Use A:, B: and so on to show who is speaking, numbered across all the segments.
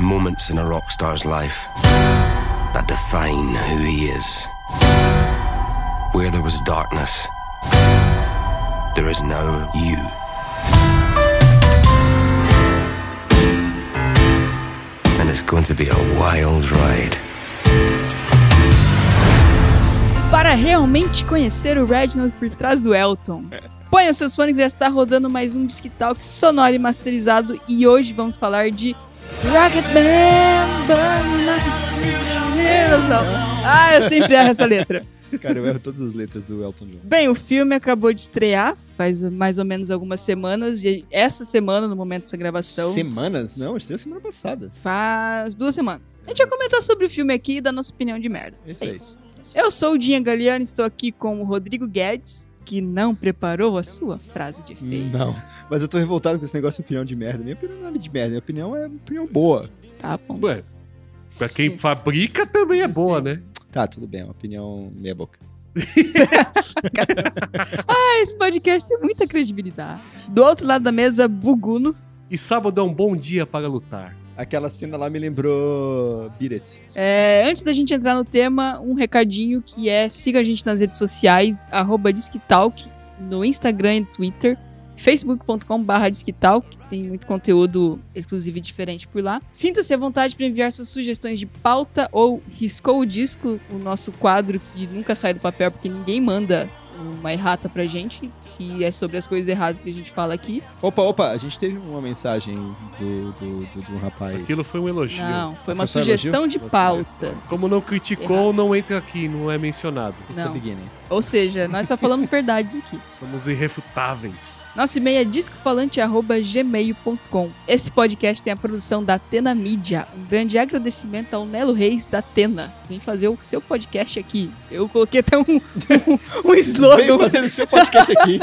A: moments in a rock star's life that define who he is. Where there was darkness, there is now you. And it's going to be a wild ride.
B: Para realmente conhecer o Reginald por trás do Elton. Põe os seus fones, já está rodando mais um Disque Talk sonoro e masterizado. E hoje vamos falar de Rocketman Burn Like- Ah, eu sempre erro essa letra.
C: Cara, eu erro todas as letras do Elton John.
B: Bem, o filme acabou de estrear faz mais ou menos algumas semanas e essa semana, no momento dessa gravação,
C: Semanas? Não, estreia semana passada.
B: faz duas semanas. A gente vai comentar sobre o filme aqui e dar nossa opinião de merda.
C: Isso
B: é
C: aí.
B: isso. Eu sou o Dinha Galeano, estou aqui com o Rodrigo Guedes, que não preparou a sua frase de efeito.
C: Não. Mas eu tô revoltado com esse negócio de opinião de merda. Minha opinião não é de merda, minha opinião é opinião boa.
B: Tá bom.
D: Ué, pra quem
B: Sim.
D: fabrica também é
B: Sim.
D: boa, né?
C: Tá, tudo bem, uma opinião meia boca.
B: Ah, esse podcast tem muita credibilidade. Do outro lado da mesa, Buguno.
D: E sábado é um bom dia para lutar.
C: Aquela cena lá me lembrou Beat It.
B: É, antes da gente entrar no tema, um recadinho que é siga a gente nas redes sociais, arroba Disquitalk, no Instagram e no Twitter, facebook.com barra Disquitalk, tem muito conteúdo exclusivo e diferente por lá. Sinta-se à vontade para enviar suas sugestões de pauta ou riscou o disco, o nosso quadro que nunca sai do papel porque ninguém manda uma errata pra gente, que é sobre as coisas erradas que a gente fala aqui.
C: Opa, opa, a gente teve uma mensagem do, do, do- de um rapaz.
D: Aquilo foi um elogio.
B: Não, foi uma
C: Foi só
B: sugestão
C: elogio?
B: de
C: Foi só
B: pauta.
D: Como não criticou, não entra aqui, não é mencionado.
C: It's a
B: Não.
C: beginning.
B: Ou seja, nós só falamos verdades aqui.
D: Somos irrefutáveis.
B: Nosso e-mail é discofalante.gmail.com. Esse podcast tem a produção da Atena Mídia. Um grande agradecimento ao Nelo Reis da Atena. Vem fazer o seu podcast aqui. Eu coloquei até um, um, um
C: Vem
B: slogan.
C: fazendo seu podcast aqui.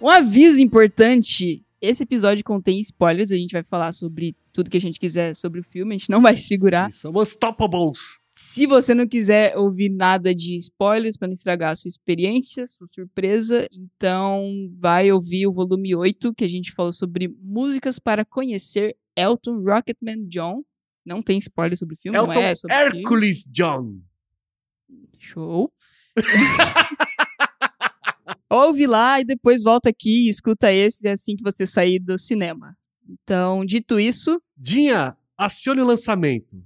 B: Um aviso importante. Esse episódio contém spoilers. A gente vai falar sobre tudo que a gente quiser sobre o filme. A gente não vai segurar.
D: E Somos toppables.
B: Se você não quiser ouvir nada de spoilers para não estragar a sua experiência, sua surpresa, então vai ouvir o volume 8, que a gente falou sobre músicas para conhecer Elton Rocketman John. Não tem spoiler sobre o filme,
D: Elton
B: não é sobre o filme.
D: Hércules John.
B: Show. Ouve lá e depois volta aqui e escuta esse assim que você sair do cinema. Então, dito isso,
D: Dinha, acione o lançamento.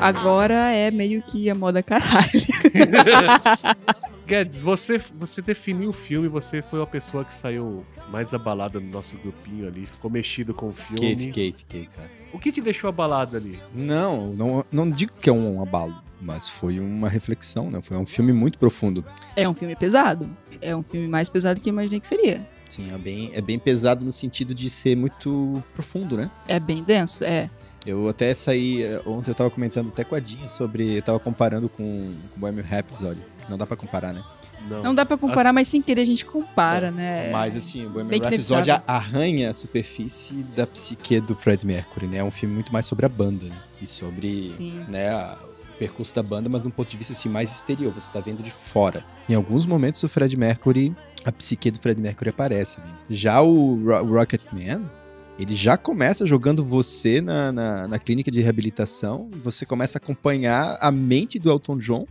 B: agora é meio que a moda caralho.
D: Guedes, você, você definiu o filme, você foi uma pessoa que saiu mais abalada no nosso grupinho ali, ficou mexido com o filme.
C: Fiquei, fiquei, fiquei, cara.
D: O que te deixou abalado ali?
C: Não, não, não digo que é um abalo, mas foi uma reflexão, né? Foi um filme muito profundo.
B: É um filme pesado. É um filme mais pesado que eu imaginei que seria.
C: Sim, é bem, é bem pesado no sentido de ser muito profundo, né?
B: É bem denso, é.
C: Eu até saí, eh, ontem eu tava comentando até com a Dinha sobre, eu tava comparando com com Bohemian Rhapsody, olha, não dá pra comparar, né?
B: Não dá pra comparar, mas sem querer a gente compara, né?
C: Mas assim, o
B: Bem
C: Bohemian
B: que
C: Rhapsody arranha a superfície da psique do Fred Mercury, né? É um filme muito mais sobre a banda, né? E sobre,
B: Sim.
C: né, a- o percurso da banda, mas de um ponto de vista assim mais exterior, você tá vendo de fora. Em alguns momentos o Fred Mercury, a psique do Fred Mercury aparece. né? Já o Ro Rocketman, ele já começa jogando você na, na, na clínica de reabilitação, e você começa a acompanhar a mente do Elton John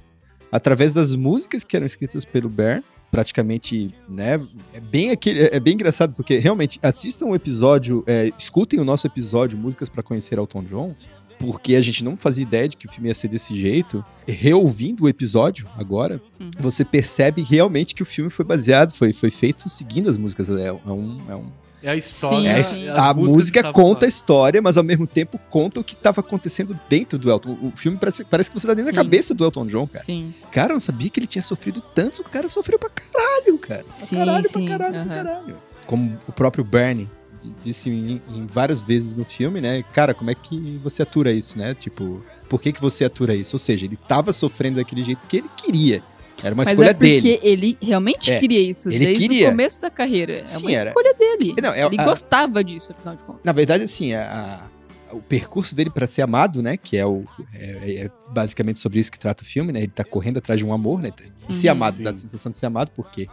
C: através das músicas que eram escritas pelo Bear. Praticamente, né? É bem, aquele, é bem engraçado, porque realmente assistam o episódio, é, escutem o nosso episódio Músicas para Conhecer Elton John, porque a gente não fazia ideia de que o filme ia ser desse jeito. Reouvindo o episódio agora,
B: Uhum.
C: você percebe realmente que o filme foi baseado, foi, foi feito seguindo as músicas. É, é um, é um
D: É a história.
B: Sim.
C: é, a
B: Uhum.
C: his-
D: né? As
C: a
D: músicas
C: música
D: estavam
C: conta a
D: lá.
C: história, mas ao mesmo tempo conta o que estava acontecendo dentro do Elton. O filme parece, parece que você tá dentro
B: Sim.
C: da cabeça do Elton John, cara.
B: Sim.
C: Cara, eu não sabia que ele tinha sofrido tanto. O cara sofreu pra caralho, cara. Pra
B: Sim,
C: caralho,
B: sim,
C: pra caralho, pra
B: aham.
C: caralho. Como o próprio Bernie d- disse em, em várias vezes no filme, né? Cara, como é que você atura isso, né? Tipo, por que, que você atura isso? Ou seja, ele tava sofrendo daquele jeito que ele queria. Era uma
B: Mas
C: escolha
B: é porque
C: dele.
B: ele realmente
C: É,
B: queria isso
C: ele
B: desde
C: queria.
B: o começo da carreira. É
C: Sim,
B: uma
C: era.
B: escolha dele.
C: Não, é-
B: ele
C: a-
B: gostava disso, afinal de contas.
C: Na verdade, assim, a- a- o percurso dele pra ser amado, né? Que é o é, é basicamente sobre isso que trata o filme, né? Ele tá correndo atrás de um amor, né? E ser
B: Uhum.
C: amado,
D: Sim.
C: dá a sensação de ser amado, porque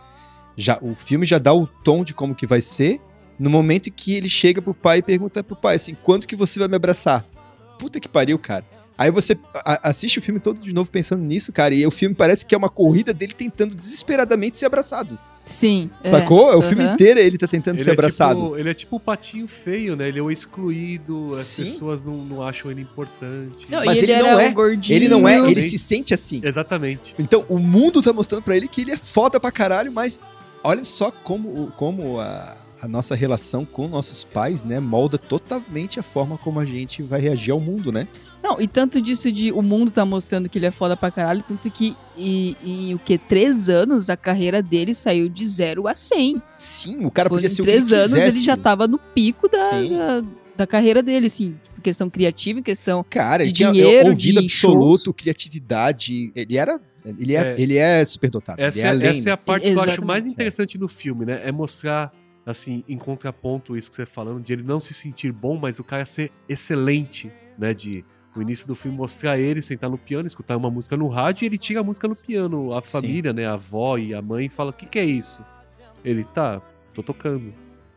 C: já, o filme já dá o tom de como que vai ser no momento em que ele chega pro pai e pergunta pro pai assim, quando que você vai me abraçar? Puta que pariu, cara. Aí você a- assiste o filme todo de novo pensando nisso, cara, e o filme parece que é uma corrida dele tentando desesperadamente ser abraçado.
B: Sim. é.
C: Sacou? É o filme
B: Aham.
C: inteiro ele tá tentando ser
D: é
C: abraçado.
D: tipo- ele é tipo o patinho feio, né? Ele é o excluído, as
C: Sim.
D: pessoas não, não acham ele importante.
B: Não,
C: Mas
B: e ele,
C: ele
B: era
C: não
B: um
C: é.
D: tipo
B: gordinho.
C: Ele não é, ele
D: Sim.
C: se sente assim.
D: Exatamente.
C: Então, o mundo tá mostrando pra ele que ele é foda pra caralho, mas olha só como, o- como a, a nossa relação com nossos pais, né, molda totalmente a forma como a gente vai reagir ao mundo, né?
B: Não, e tanto disso de o mundo tá mostrando que ele é foda pra caralho, tanto que e- em o que? Três anos a carreira dele saiu de zero a 100.
C: Sim, o cara
B: Pô,
C: podia
B: Em
C: ser o que
B: três
C: ele
B: anos ele
C: quisesse.
B: já tá tava no pico da,
C: Sim.
B: da, da carreira dele, assim. Em questão criativa, em questão.
C: Cara, ele
B: de
C: tinha
B: dinheiro,
C: é, ouvido
B: de
C: absoluto,
B: shows.
C: criatividade, ele era... Ele é,
D: É.
C: Ele é superdotado,
D: Essa
C: ele
D: é,
C: é além.
D: essa é a parte que eu acho
B: Exatamente.
D: mais interessante do filme, né? É mostrar, assim, em contraponto isso que você tá falando, de ele não se sentir bom, mas o cara ser excelente, né? De o início do filme mostrar ele sentar no piano, escutar uma música no rádio, e ele tira a música no piano. A
C: Sim.
D: família, né? A avó e a mãe fala: o que, que é isso? Ele tá, tô tocando.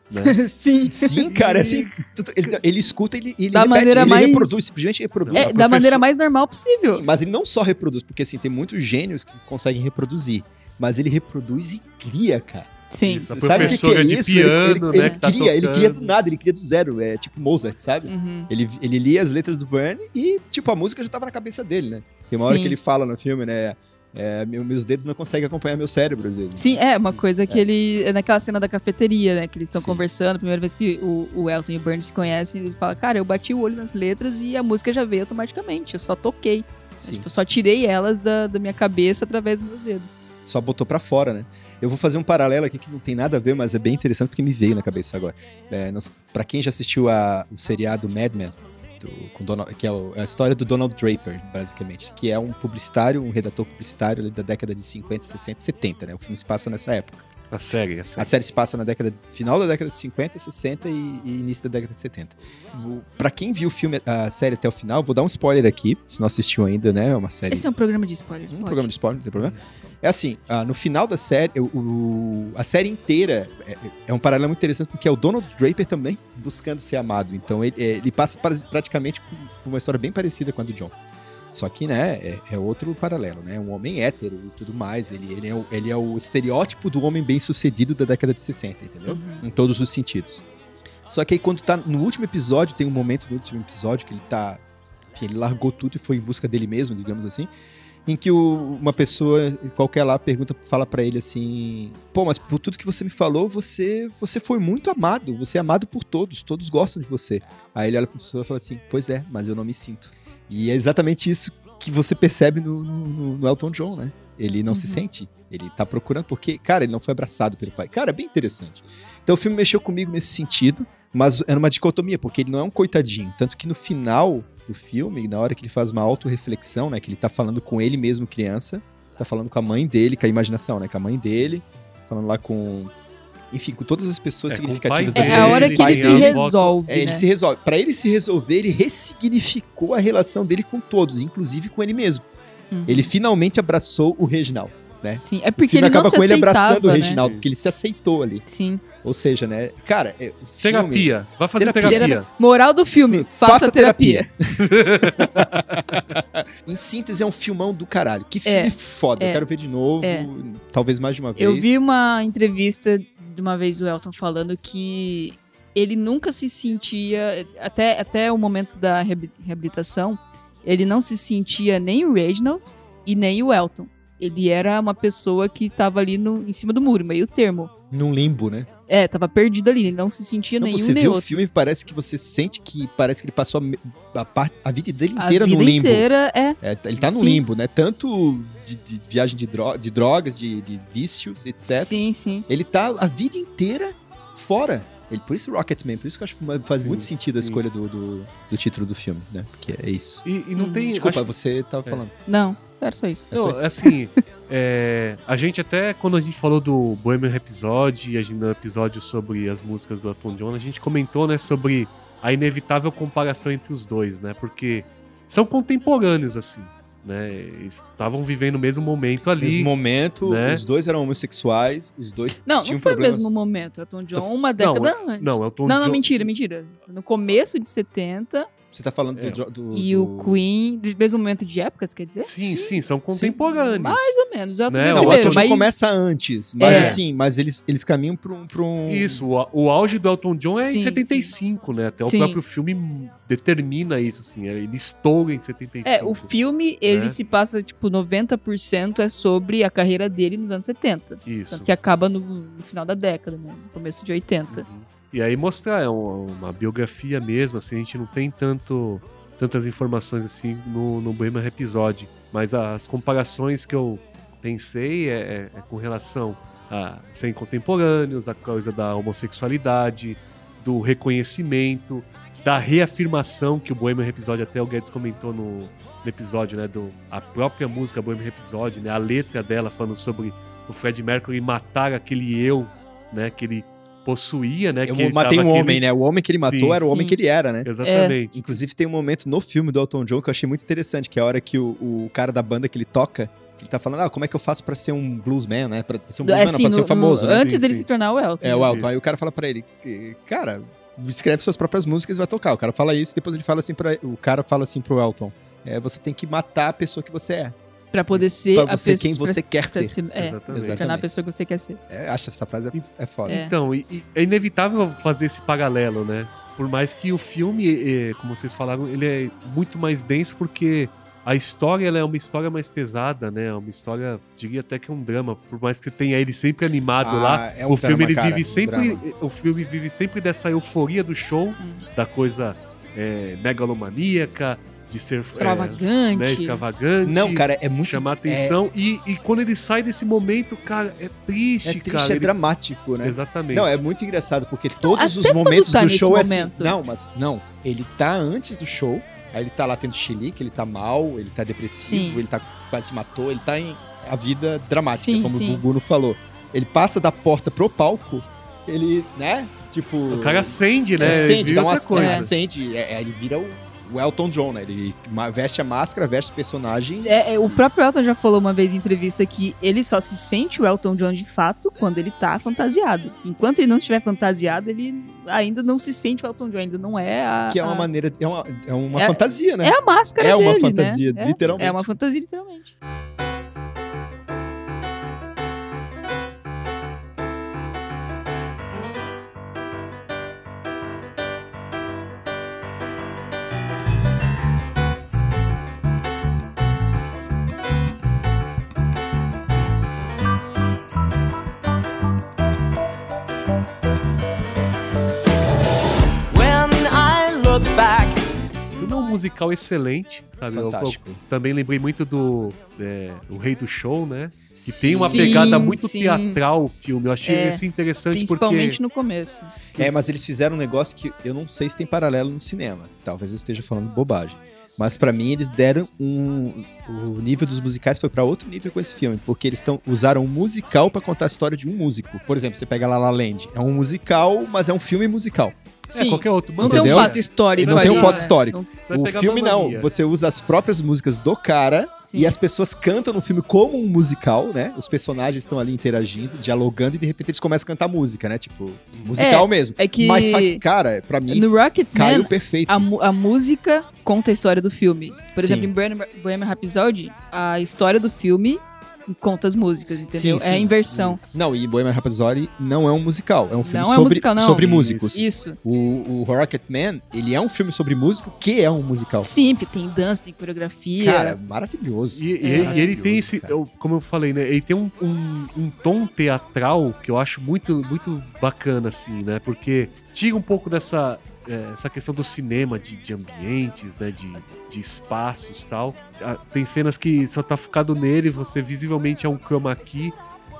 D: Né?
B: Sim.
C: Sim, cara, é assim, ele, ele escuta, ele, ele
B: Da
C: repete,
B: maneira
C: ele
B: mais-
C: reproduz, simplesmente reproduz.
B: É, da
D: Professor-
B: maneira mais normal possível.
C: Sim, mas ele não só reproduz, porque assim, tem muitos gênios que conseguem reproduzir, mas ele reproduz e cria, cara.
B: Sim.
D: Isso. A
C: Você sabe o que que é
D: professora de
C: isso?
D: piano,
C: ele, ele,
D: né,
C: ele
D: que tá
C: cria, ele cria do
D: tocando.
C: nada, ele cria do zero, é tipo Mozart, sabe?
B: Uhum.
C: Ele, ele lia as letras do Burn e, tipo, a música já tava na cabeça dele, né? Tem uma hora
B: Sim.
C: que ele fala no filme, né? é, meu- meus dedos não conseguem acompanhar meu cérebro. às vezes.
B: Sim, é uma coisa que ele. É naquela cena da cafeteria, né? Que eles estão
C: Sim.
B: conversando, primeira vez que o, o Elton e o Burns se conhecem, ele fala: Cara, eu bati o olho nas letras e a música já veio automaticamente. Eu só toquei.
C: Sim.
B: Tipo, eu só tirei elas da, da minha cabeça através dos meus dedos.
C: só botou pra fora, né? Eu vou fazer um paralelo aqui que não tem nada a ver, mas é bem interessante porque me veio na cabeça agora. É, não- pra quem já assistiu a, o seriado Mad Men, do- com Donald- que é o- a história do Donald Draper, basicamente, que é um publicitário, um redator publicitário ali da década de 50, 60, 70, né? O filme se passa nessa época.
D: A série, a série.
C: A série se passa na década final da década de 50, 60 e, e início da década de 70. O- Pra quem viu o filme, a série até o final, vou dar um spoiler aqui, se não assistiu ainda, né? É uma série
B: Esse é um programa de spoiler.
C: um
B: pode.
C: programa de spoiler, não tem problema. É assim, ah, no final da série, o- o- a série inteira é, é um paralelo muito interessante, porque é o Donald Draper também buscando ser amado. Então ele, é, ele passa pra- praticamente por uma história bem parecida com a do John. Só que, né, é, é outro paralelo, né? Um homem hétero e tudo mais. Ele, ele é, o, ele é o estereótipo do homem bem-sucedido da década de 60, entendeu?
B: Uhum.
C: Em todos os sentidos. Só que aí quando tá no último episódio, tem um momento no último episódio que ele tá. Enfim, ele largou tudo e foi em busca dele mesmo, digamos assim. Em que o- uma pessoa qualquer lá pergunta, fala pra ele assim: Pô, mas por tudo que você me falou, você você foi muito amado. Você é amado por todos, todos gostam de você. Aí ele olha pra pessoa e fala assim: Pois é, mas eu não me sinto. E é exatamente isso que você percebe no, no- no Elton John, né? Ele não se
B: Uhum.
C: sente. Ele tá procurando porque, cara, ele não foi abraçado pelo pai. Cara, é bem interessante. Então o filme mexeu comigo nesse sentido, mas era uma dicotomia, porque ele não é um coitadinho. Tanto que no final do filme, na hora que ele faz uma autorreflexão, né? Que ele tá falando com ele mesmo, criança, tá falando com a mãe dele, com a imaginação, né? Com a mãe dele, falando lá com. Enfim, com todas as pessoas
D: É, com o
C: significativas
D: pai
B: É
C: dele.
B: a hora que
C: pai
B: ele
D: Ele
B: se
D: ganha
C: dele.
D: voto.
B: resolve.
C: É, ele
B: né?
C: se resolve. Pra ele se resolver, ele ressignificou a relação dele com todos, inclusive com ele mesmo.
B: Uhum.
C: Ele finalmente abraçou o Reginaldo, né?
B: Sim, é
C: Porque o
B: porque
C: filme
B: ele não
C: acaba
B: se
C: com ele abraçando o
B: aceitava. né?
C: Reginaldo, porque ele se aceitou ali.
B: Sim.
C: Ou seja, né? Cara, é, o filme-
D: Terapia. Vai fazer
C: Terapia.
D: terapia.
B: Moral do filme: faça, terapia.
C: em síntese, é um filmão do caralho. Que filme
B: É.
C: foda. Eu
B: É.
C: quero ver de novo,
B: É.
C: talvez mais de uma vez.
B: Eu vi uma entrevista de uma vez do Elton falando que ele nunca se sentia, até, até o momento da reabi- reabilitação, ele não se sentia nem o Reginald e nem o Elton. Ele era uma pessoa que estava ali no, em cima do muro, meio termo.
C: Num limbo, né?
B: É, tava perdido ali, ele não se sentia
C: Então
B: nenhum
C: você
B: nem
C: vê o
B: outro.
C: filme e parece que você sente que parece que ele passou a, me- a parte- a vida dele
B: A
C: inteira
B: vida
C: num limbo.
B: inteira é.
C: É, ele tá num
B: Sim.
C: limbo, né? Tanto de, de viagem de, dro- de drogas, de, de vícios, etc.
B: Sim, sim.
C: Ele tá a vida inteira fora. Ele, por isso Rocketman, por isso que eu acho que faz
D: Sim,
C: muito sentido a
D: sim.
C: escolha do, do, do título do filme, né? Porque é isso.
D: E, e não
B: Hum.
D: tem.
C: Desculpa,
D: acho-
C: você tava falando.
B: Não, era só isso.
C: É
D: Não,
C: só isso.
D: assim, é, a gente até, quando a gente falou do Bohemian Rhapsody, e a gente no episódio sobre as músicas do Elton John, a gente comentou, né, sobre a inevitável comparação entre os dois, né, porque são contemporâneos, assim, né, eles estavam vivendo o mesmo momento
C: Nesse
D: ali.
C: momento,
D: né?
C: os dois eram homossexuais, os dois
B: Não,
C: tinham
B: não foi o
C: problemas.
B: mesmo momento. Elton John, uma década antes.
D: Não, Elton
B: não, não,
C: um
D: John-
B: mentira, mentira. No começo de 70
C: Você tá falando do
D: É.
C: jo- do...
B: e
C: do...
B: o Queen, do mesmo momento de épocas, quer dizer?
D: Sim, sim, são contemporâneos.
B: Mais ou menos. O Elton
D: Né,
B: John
D: o
C: Não, o
B: primeiro,
C: Elton John
B: mas
C: começa antes, mas
B: É.
C: assim, mas eles, eles caminham pra um... Pra um...
D: Isso, o, o auge do Elton John é
B: Sim,
D: em 75, né? Até
B: Sim.
D: o próprio filme determina isso, assim. Ele estoura em 75.
C: assim,
B: É, o filme, ele
D: né?
B: se passa, tipo, 90% é sobre a carreira dele nos anos 70.
D: Isso.
B: Tanto que acaba no, no final da década, né? No começo de 80.
D: Uhum. E aí mostrar, é uma, uma biografia mesmo, assim, a gente não tem tanto, tantas informações assim no, no Bohemian Rhapsody, mas as comparações que eu pensei é, é- é com relação a serem contemporâneos, a causa da homossexualidade, do reconhecimento, da reafirmação que o Bohemian Rhapsody, até o Guedes comentou no, no episódio, né, do, a própria música Bohemian Rhapsody, né, a letra dela falando sobre o Fred Mercury matar aquele eu, né, que ele possuía,
B: É
D: né,
C: Eu
D: que ele
C: matei um
D: tava
C: homem,
D: aquele-
C: né? O homem que ele matou
D: Sim,
C: era o homem
B: sim.
C: que ele era, né?
D: Exatamente.
C: Inclusive, tem um momento no filme do Elton John que eu achei muito interessante, que é a hora que o, o cara da banda que ele toca, que ele tá falando, ah, como é que eu faço pra ser um bluesman, né? Pra ser um
B: É,
C: bluesman, não,
B: assim,
C: pra ser
B: no-
C: um famoso,
B: no-
C: né?
B: Antes
D: Sim,
B: dele
D: sim.
B: se tornar o Elton. né?
C: É o Elton.
D: Isso.
C: Aí o cara fala pra ele, "Eh, cara, escreve suas próprias músicas e vai tocar. O cara fala isso, depois ele fala assim para O cara fala assim pro Elton, é, você tem que matar a pessoa que você é.
B: Pra poder ser
C: Pra
B: a
C: você
B: pessoa...
C: quem você quer
B: pra
C: ser.
B: É,
D: Exatamente.
B: se tornar a pessoa que você quer ser.
C: É, acho essa frase é, é foda.
B: É.
D: Então, e- e é inevitável fazer esse paralelo, né? Por mais que o filme, é, como vocês falaram, ele é muito mais denso porque a história ela é uma história mais pesada, né? É uma história, diria até que é um drama, por mais que tenha ele sempre animado
C: Ah,
D: lá.
C: é um
D: o filme
C: drama,
D: ele
C: cara,
D: vive
C: um
D: sempre,
C: drama.
D: o filme vive sempre dessa euforia do show,
B: Uhum.
D: da coisa é, megalomaníaca, de ser é,
B: Extravagante.
D: né, extravagante.
C: Não, cara, é muito.
D: Chamar atenção. E, e quando ele sai desse momento, cara, é
C: É, é
D: triste,
C: triste,
D: cara.
C: é
D: ele-
C: dramático, né?
D: Exatamente.
C: Não, é muito engraçado, porque todos
B: até
C: os
B: quando
C: momentos
B: tá
C: do
B: nesse
C: show
B: momento.
C: é assim. Não, mas não. Ele tá antes do show, aí ele tá lá tendo xilique, ele tá mal, ele tá depressivo,
B: Sim.
C: ele tá quase se matou, ele tá em a vida dramática,
B: Sim,
C: como
B: sim.
C: o Gugu não falou. Ele passa da porta pro palco, ele, né? Tipo.
D: O cara acende, né?
C: acende,
D: Vira
C: dá uma
D: outra coisa.
B: É.
C: acende, é, é, ele vira o, o Elton John, né? Ele ma- veste a máscara, veste o personagem.
B: É, é, o próprio Elton já falou uma vez em entrevista que ele só se sente o Elton John de fato quando ele tá fantasiado. Enquanto ele não estiver fantasiado, ele ainda não se sente o Elton John, ainda não é a.
C: Que é uma
B: a-
C: maneira. É uma, é uma
B: É-
C: fantasia, né?
B: É a máscara
C: É
B: dele.
C: uma fantasia,
B: né? É-
C: literalmente.
B: É uma fantasia, literalmente.
E: When I look back,
D: O filme é um musical excelente, sabe? Eu-
C: Fantástico.
D: eu também lembrei muito do é, O Rei do Show, né? Que tem uma
B: Sim,
D: pegada muito
B: sim.
D: teatral o filme. Eu achei
B: É.
D: isso interessante
B: Principalmente
D: porque.
B: no começo.
C: É, mas eles fizeram um negócio que eu não sei se tem paralelo no cinema. Talvez eu esteja falando bobagem. Mas pra mim eles deram um o nível dos musicais foi pra outro nível com esse filme, porque eles tão, usaram um musical pra contar a história de um músico. Por exemplo, você pega La La Land, é um musical, mas é um filme musical.
D: É, qualquer outro.
B: não tem um
C: Entendeu?
B: fato histórico.
D: Não tem um
B: ali,
D: fato
B: né?
C: histórico.
B: Não-
D: Você vai
C: O
D: pegar
C: filme
D: Mamma
C: não,
D: Mia.
C: você usa as próprias músicas do cara
B: sim.
C: e as pessoas cantam no filme como um musical, né? Os personagens estão ali interagindo, dialogando e de repente eles começam a cantar música, né? Tipo, musical mesmo.
B: É que
C: Mas faz, cara, pra mim
B: no
C: caiu
B: Rocketman,
C: perfeito.
B: a, mu- a música conta a história do filme. Por
C: Sim.
B: exemplo, em Bohemian Bohemian Rhapsody, a história do filme conta as músicas, entendeu?
C: Sim,
B: É a
C: sim.
B: inversão.
C: Não, e Bohemian Rhapsody não é um musical, é um filme
B: Não é
C: sobre,
B: musical, não.
C: sobre músicos.
B: Isso.
C: O, o Rocketman, ele é um filme sobre músico que é um musical.
B: Sim, é. porque tem dança, tem coreografia.
C: Cara, maravilhoso.
D: E, e-
B: É.
D: e ele tem esse,
C: Cara.
D: eu- como eu falei, né? Ele tem um, um- um tom teatral que eu acho muito, muito bacana, assim, né? Porque tira um pouco dessa eh, essa questão do cinema, de, de ambientes, né? De, de espaços tal. Ah, Tem cenas que só tá focado nele, você visivelmente é um chroma key,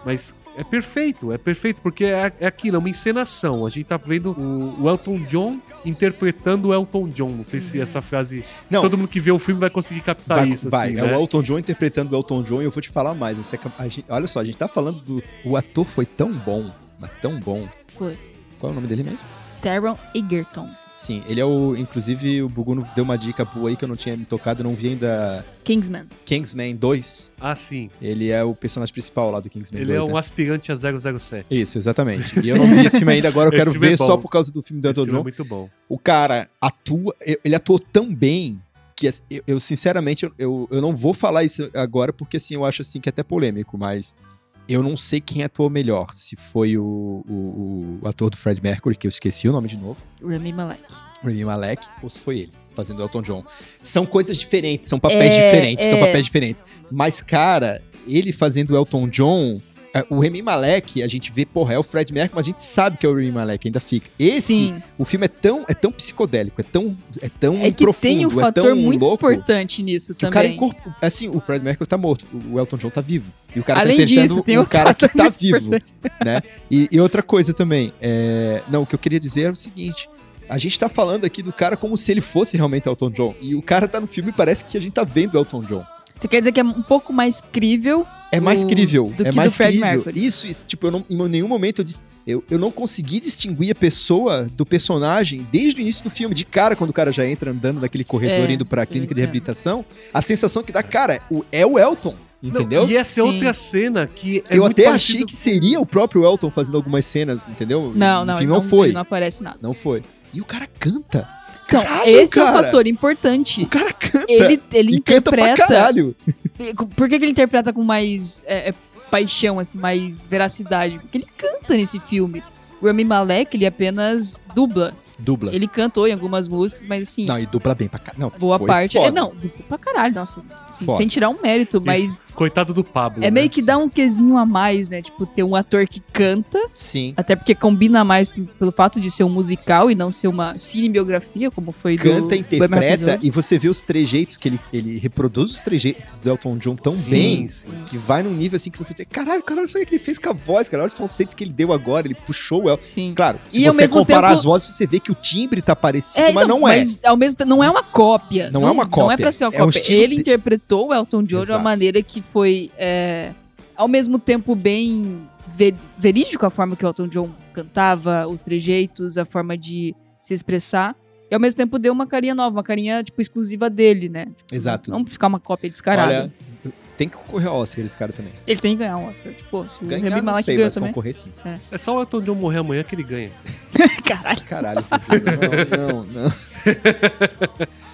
D: mas É perfeito, é perfeito, porque é, é aquilo, é uma encenação. A gente tá vendo o, o Elton John interpretando o Elton John. Não sei se essa frase.
C: Uhum. Não.
D: Todo mundo que vê o filme vai conseguir captar
C: Vai,
D: isso.
C: vai,
D: assim,
C: é
D: né?
C: o Elton John interpretando o Elton John e eu vou te falar mais. Você, é cap- a gente- olha só, a gente tá falando do. O ator foi tão bom, mas tão bom.
B: Foi.
C: Qual é o nome dele mesmo?
B: Taron Egerton.
C: Sim, ele é o. Inclusive, o Buguno deu uma dica boa aí que eu não tinha me tocado, eu não vi ainda.
B: Kingsman.
C: Kingsman 2.
D: Ah, sim.
C: Ele é o personagem principal lá do Kingsman
D: Ele
C: 2.
D: é um
C: né?
D: aspirante a 007.
C: Isso, exatamente. E eu não vi esse filme ainda, agora eu
D: Esse
C: quero
D: filme é
C: ver
D: bom.
C: só por causa do filme do
D: Esse
C: Elton
D: filme é
C: John.
D: muito bom.
C: O cara atua, ele atuou tão bem que assim, eu, eu, sinceramente, eu- eu, eu não vou falar isso agora porque assim, eu acho assim que é até polêmico, mas eu não sei quem atuou melhor, se foi o, o- o ator do Fred Mercury, que eu esqueci o nome de novo,
B: Rami Malek.
C: Rami Malek, ou se foi ele, fazendo Elton John. São coisas diferentes, são papéis
B: É,
C: diferentes, são
B: é.
C: papéis diferentes. Mas, cara, ele fazendo Elton John... é, O Remy Malek, a gente vê, porra, é o Fred Mercury, mas a gente sabe que é o Remy Malek, ainda fica. Esse,
B: Sim.
C: o filme é tão, é tão psicodélico, é tão, é tão
B: É que
C: profundo,
B: tem um
C: é
B: fator
C: tão
B: muito
C: louco,
B: importante nisso
C: que o cara
B: também.
C: incorpo, assim, o Fred Mercury tá morto, o Elton John tá vivo. E o cara
B: Além
C: tá interpretando
B: disso, tem
C: o
B: outro
C: cara que
B: fator
C: tá
B: muito
C: vivo, né? E, e outra coisa também, é, não, o que eu queria dizer é o seguinte, a gente tá falando aqui do cara como se ele fosse realmente Elton John, e o cara tá no filme e parece que a gente tá vendo Elton John.
B: Você quer dizer que é um pouco mais crível?
C: É mais
B: O-
C: crível.
B: do
C: é
B: que
C: mais
B: do Fred
C: crível.
B: Mercury.
C: Isso, isso, tipo, eu não, em nenhum momento eu, dis- eu, eu não consegui distinguir a pessoa do personagem desde o início do filme. De cara, quando o cara já entra andando naquele corredor
B: É,
C: indo pra clínica de
B: entendo.
C: reabilitação, a sensação que dá, cara, o, é o Elton, entendeu?
D: Não, e essa é
B: Sim.
D: outra cena que é
C: eu
D: muito
C: até
D: parecido-
C: achei que seria o próprio Elton fazendo algumas cenas, entendeu?
B: Não, não,
C: Enfim,
B: ele
C: não,
B: não
C: foi.
B: ele não é
C: Não...
B: aparece nada.
C: foi. E o cara canta.
B: Então,
C: Caralho,
B: esse é um
C: cara.
B: fator importante.
C: O cara canta.
B: Ele, ele
C: e canta pra
B: interpreta.
C: caralho.
B: Por que, que ele interpreta com mais é, é, paixão, assim, mais veracidade? Porque ele canta nesse filme. O Rami Malek, ele apenas dubla.
C: Dubla.
B: Ele cantou em algumas músicas, mas assim,
C: Tá. Não, e dubla bem pra caralho. Não,
B: boa
C: foi
B: parte.
C: foda.
B: É, não, dubla pra caralho, nossa. assim,
C: Foda.
B: sem tirar um mérito, mas
D: Isso. Coitado do Pablo.
B: é meio
D: né?
B: que dá um quesinho a mais, né? Tipo, ter um ator que canta.
C: Sim.
B: Até porque combina mais p- pelo fato de ser um musical e não ser uma cinebiografia, como foi do
C: canta,
B: Bohemian
C: interpreta
B: Rhapsody.
C: e você vê os trejeitos que ele, ele reproduz os trejeitos do Elton John tão
D: Sim,
C: bem
D: sim.
C: que vai num nível assim que você vê, caralho, caralho, olha isso aí que ele fez com a voz, cara, olha os conceitos que ele deu agora, ele puxou o Elton.
B: Sim.
C: Claro, se
B: E ao
C: você
B: mesmo
C: comparar
B: tempo-
C: as vozes, você vê que o timbre tá parecido, mas não, é.
B: então, Mas ao mesmo tempo, não é uma cópia.
C: Não é uma
B: Não
C: cópia.
B: é pra ser uma
C: É um
B: cópia.
C: estilo
B: Ele
C: de-
B: interpretou o Elton John de uma
C: Exato.
B: maneira que foi, é, ao mesmo tempo, bem ve- verídico a forma que o Elton John cantava, os trejeitos, a forma de se expressar. E ao mesmo tempo deu uma carinha nova, uma carinha, tipo, exclusiva dele, né? Tipo,
C: Exato.
B: Não ficar uma cópia descarada.
C: Olha, tem que concorrer ao Oscar esse cara também.
B: Ele tem que ganhar um Oscar. Tipo, se o
C: Ganhar,
B: Remy
C: não
B: Malek
C: sei,
B: ganhou
C: mas
B: também.
C: concorrer sim.
D: É só o Elton John morrer amanhã que ele ganha.
B: Caralho.
C: Caralho, Rodrigo, não, não, não.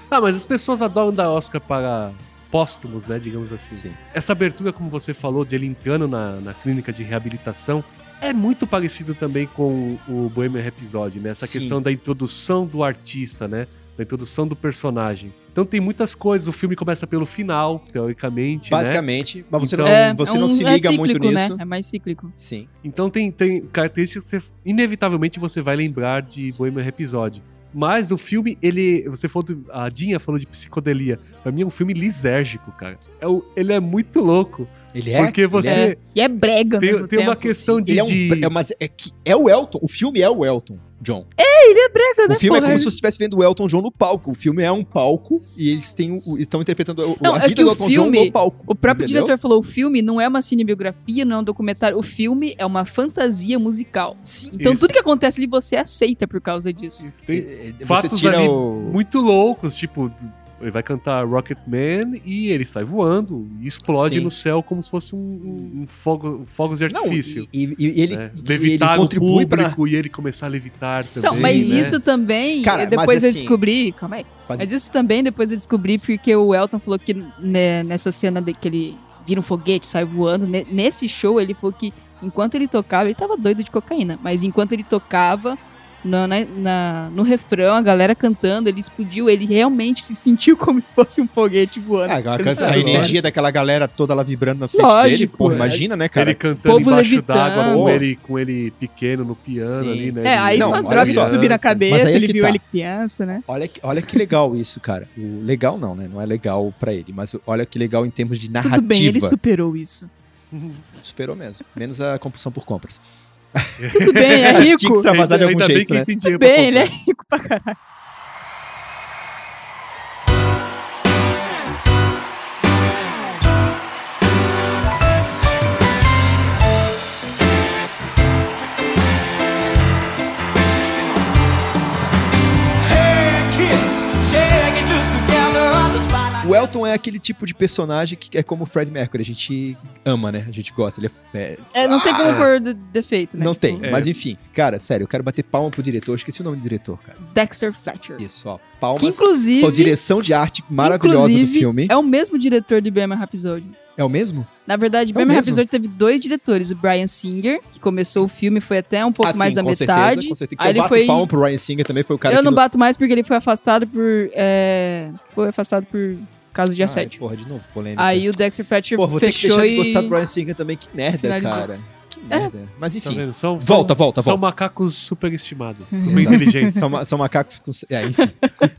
D: Ah, mas as pessoas adoram dar Oscar para póstumos, né? Digamos assim.
C: Sim.
D: Essa abertura, como você falou, de ele entrando na, na clínica de reabilitação, é muito parecido também com o Bohemian Rhapsody, né? Essa
C: Sim.
D: questão da introdução do artista, né? Da introdução do personagem. Então tem muitas coisas. O filme começa pelo final, teoricamente, né?
C: Basicamente, mas você não,
D: Então-
B: É,
C: você
B: é
C: não
B: um-
C: se
B: é
C: liga muito
B: cíclico,
C: nisso.
B: Né? É mais cíclico.
C: Sim.
D: Então tem, tem características que você, inevitavelmente você vai lembrar de Bohemian Rhapsody. Mas o filme, ele. Você falou. do- A Dinha falou de psicodelia. Pra mim é um filme lisérgico, cara. É o- ele é muito louco.
C: Ele é?
D: Porque
C: Ele
D: você-
C: é?
B: É. E é brega ao
D: Tem,
B: mesmo
D: tem
B: tempo.
D: uma questão de.
C: Ele é um.
D: de-
C: é, Mas é que é o Elton. O filme é o Elton, John.
B: Brega, né,
C: O filme é
B: porra?
C: como se você estivesse vendo o Elton John no palco. O filme é um palco e eles têm o- o- estão interpretando o-
B: Não,
C: a
B: é
C: vida
B: que
C: do
B: o
C: Elton John
B: filme-
C: no palco.
B: O próprio
C: entendeu?
B: diretor falou: o filme não é uma cinebiografia, não é um documentário. O filme é uma fantasia musical. Então
D: Isso.
B: tudo que acontece ali você aceita por causa disso.
D: Isso, tem
C: É, é, você
D: fatos
C: tira
D: ali
C: o-
D: muito loucos, tipo. Ele vai cantar Rocket Man e ele sai voando e explode
C: Sim.
D: no céu como se fosse um, um fogo, fogos de
C: Não,
D: artifício.
C: e, e- e ele,
D: né?
C: e
D: Levitar
C: ele contribui
D: o
C: pra.
D: público e ele começar a levitar também.
B: Então, mas
C: né?
B: isso também,
C: Cara,
B: eu- depois
C: mas
B: eu
C: assim-
B: descobri. Calma aí.
C: Faz-
B: Mas isso também depois eu descobri porque o Elton falou que né, nessa cena de, que ele vira um foguete, sai voando. ne- nesse show ele falou que enquanto ele tocava, ele tava doido de cocaína, mas enquanto ele tocava. na- na- na- no refrão, a galera cantando, ele explodiu, ele realmente se sentiu como se fosse um foguete voando.
C: Ah, aquela-
B: Ele
C: a
B: saiu voando.
C: energia daquela galera toda lá vibrando na frente dele.
B: Lógico,
C: Porra,
B: é.
C: imagina, né, cara?
D: ele cantando
B: povo
D: embaixo
B: levitando.
D: d'água com
C: Boa.
D: ele, com ele pequeno no piano
C: Sim.
D: ali, né?
B: É,
D: Ele-
B: aí
C: Não,
B: são as
C: olha
B: drogas
C: só.
B: que subiram a
C: Mas
B: cabeça,
C: aí é
B: ele
C: que
B: viu
C: tá.
B: ele criança, né?
C: Olha que, olha que legal isso, cara. O legal não, né? Não é legal pra ele, mas olha que legal em termos de narrativa.
B: Tudo bem, ele superou isso.
C: Superou mesmo. Menos a compulsão por compras.
B: Tudo bem, é
C: Acho que tinha que
B: rico.
C: extravasar de
D: Ainda
C: algum
D: bem
C: jeito,
D: que
C: né?
D: tem
B: Tudo
D: dinheiro pra
B: bem, ele é
D: comprar.
B: rico pra caralho.
E: Hey kids, shake it loose together on the spotlight.
C: O Elton é aquele tipo de personagem que é como o Fred Mercury. A gente ama, né? A gente gosta. Ele é- é,
B: É, não tem como pôr de- defeito, né?
C: não
B: Tipo,
C: tem.
D: É.
C: Mas enfim, cara, sério, eu quero bater palma pro diretor. Eu Esqueci o nome do diretor, cara.
B: Dexter Fletcher.
C: É. Isso, ó. Palmas.
B: Que inclusive.
C: Pô, direção de arte maravilhosa do
B: inclusive,
C: filme.
B: É o mesmo diretor de Bema Rhapsody.
C: É o mesmo?
B: Na verdade,
C: É o
B: Bema
C: mesmo?
B: Rhapsody teve dois diretores. O Brian Singer, que começou o filme, foi até um pouco
C: Ah, sim,
B: mais da
C: com
B: metade.
C: Certeza, com certeza. Que
B: Aí
C: eu
B: ele
C: bato
B: foi-
C: palma pro Ryan Singer também, foi o cara
B: Eu
C: que...
B: não bato mais porque ele foi afastado por. é, Foi afastado por causa de
C: Ai,
B: assédio.
C: porra, de novo, polêmica.
B: Aí o Dexter Fletcher
C: Ah, é Pô, vou ter que
B: fechou
C: deixar de
B: e.
C: gostar do Brian Singer também. Que merda,
B: finalizou. É.
C: cara. Que merda. Mas
D: Tá
C: enfim.
D: vendo? São, são-
C: volta, volta,
D: São
C: volta.
D: macacos superestimados. Super inteligentes.
C: São, ma- são macacos com... É, enfim.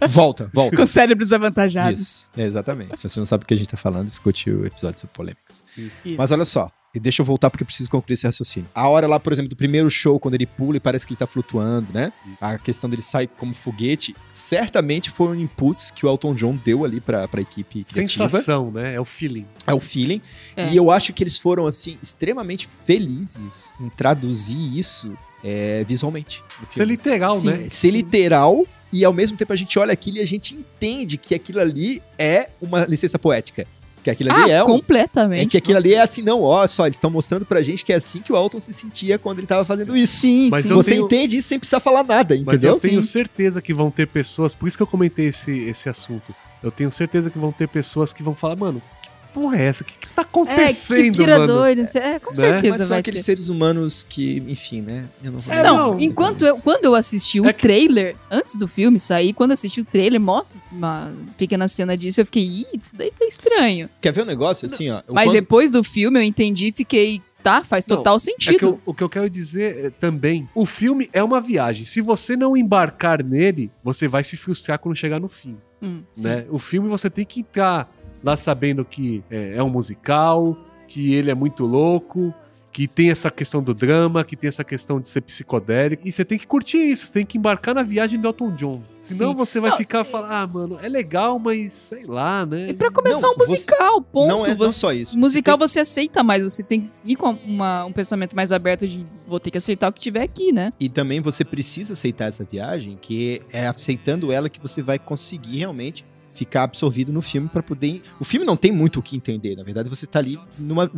C: volta, volta.
B: Com cérebros avantajados.
C: Isso, é, exatamente. Se você não sabe o que a gente tá falando, escute o episódio sobre polêmicas.
B: Isso.
C: Mas olha só, e deixa eu voltar porque eu preciso concluir esse raciocínio. A hora lá, por exemplo, do primeiro show, quando ele pula e parece que ele tá flutuando, né? A questão dele sai como foguete, certamente foram inputs que o Elton John deu ali pra, pra equipe criativa.
D: Sensação, né? É o feeling.
C: É o feeling.
B: É.
C: E eu acho que eles foram, assim, extremamente felizes em traduzir isso é, visualmente. no
D: Isso é
C: filme.
D: literal,
B: Sim.
D: né?
C: Ser literal e ao mesmo tempo a gente olha aquilo e a gente entende que aquilo ali é uma licença poética. Que aquilo ali
B: Ah,
C: é um
B: completamente.
C: é que aquilo ali é assim, não, ó, só, eles estão mostrando pra gente que é assim que o Alton se sentia quando ele tava fazendo isso.
B: Sim,
D: Mas
B: sim.
D: eu
C: Você
D: tenho-
C: entende isso sem precisar falar nada,
D: Mas
C: entendeu?
D: eu tenho
B: Sim.
D: certeza que vão ter pessoas, por isso que eu comentei esse, esse assunto. Eu tenho certeza que vão ter pessoas que vão falar, mano, que porra é essa? O que, que tá
B: É,
C: um
B: que
D: acontecendo,
B: pira
D: mano?
B: doido. isso É, com
D: Né?
B: certeza
C: Mas são
B: vai
C: aqueles
B: ter.
C: seres humanos que, enfim, né? Eu não vou
D: É,
B: não,
D: não.
B: enquanto eu, quando eu assisti o
D: É que-
B: trailer, antes do filme sair, quando assisti o trailer, mostra uma pequena cena disso, eu fiquei, ih, isso daí tá estranho.
C: Quer ver um negócio assim, ó?
B: Mas é
C: Quando-
B: depois do filme eu entendi e fiquei, tá, faz
D: Não,
B: total
D: É
B: sentido.
D: que eu- o que eu quero dizer é, também, o filme é uma viagem. Se você não embarcar nele, você vai se frustrar quando chegar no fim.
B: Hum, sim.
D: né? O filme você tem que entrar lá sabendo que é, é um musical, que ele é muito louco, que tem essa questão do drama, que tem essa questão de ser psicodélico. E você tem que curtir isso, você tem que embarcar na viagem do Elton John. Senão
B: Sim.
D: você vai
B: Não,
D: ficar falando, ah, mano, é legal, mas sei lá, né?
B: E pra começar
C: Não,
B: um musical, ponto.
C: não é não
B: você,
C: só isso. Você
B: musical você aceita mais, você tem que ir com uma- um pensamento mais aberto de vou ter que aceitar o que tiver aqui, né?
C: E também você precisa aceitar essa viagem, que é aceitando ela que você vai conseguir realmente ficar absorvido no filme pra poder. O filme não tem muito o que entender, na verdade, você tá ali numa-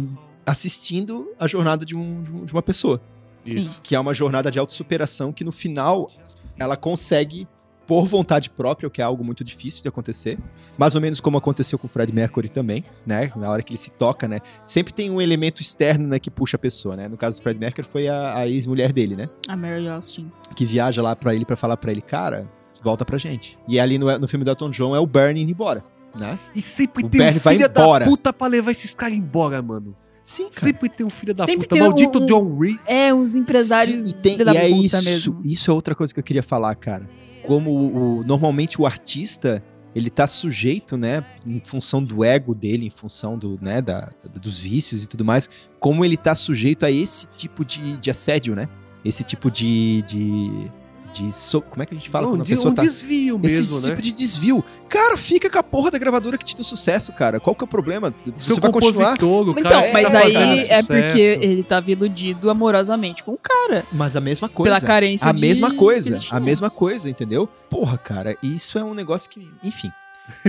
C: assistindo a jornada de, um- de um- de uma pessoa,
D: Isso.
C: que é uma jornada de autossuperação que no final ela consegue por vontade própria, o que é algo muito difícil de acontecer, mais ou menos como aconteceu com o Fred Mercury também, né? Na hora que ele se toca, né? Sempre tem um elemento externo, né, que puxa a pessoa, né? No caso do Fred Mercury foi a- a ex-mulher dele, né?
B: A Mary Austin.
C: que viaja lá pra ele pra falar pra ele, cara, volta pra gente. E ali no, no filme do Elton John é o Bernie indo embora, né?
D: E sempre
C: O
D: tem um
C: Bernie vai
D: filho da
C: embora.
D: puta pra levar esses caras embora, mano.
C: Sim,
D: Sempre tem um filho da
B: Sempre
D: puta.
B: tem um-
D: Maldito
B: um-
D: John Reed.
B: É, uns empresários
C: Sim, e tem-
B: filha da
C: e é
B: puta
C: isso,
B: mesmo.
C: isso é outra coisa que eu queria falar, cara. Como o, o- normalmente o artista, ele tá sujeito, né, em função do ego dele, em função do, né, da, dos vícios e tudo mais, como ele tá sujeito a esse tipo de, de assédio, né? Esse tipo de... de, de so- como é que a gente fala
D: um
C: quando a
D: de-
C: pessoa
D: um
C: tá...
D: desvio mesmo,
C: Esse
D: né?
C: tipo de desvio. Cara, fica com a porra da gravadora que te deu sucesso, cara. Qual que é o problema?
D: O seu
C: Você vai continuar.
D: compositor, o cara
B: Então,
D: que
C: é,
B: mas
D: tá
B: aí
D: fazendo
B: é
D: sucesso.
B: porque ele tava iludido amorosamente com o cara.
C: Mas a mesma coisa.
B: Pela carência
C: A
B: de-
C: mesma
B: que
C: coisa.
B: ele tinha.
C: A mesma coisa, entendeu? Porra, cara, isso é um negócio que. Enfim.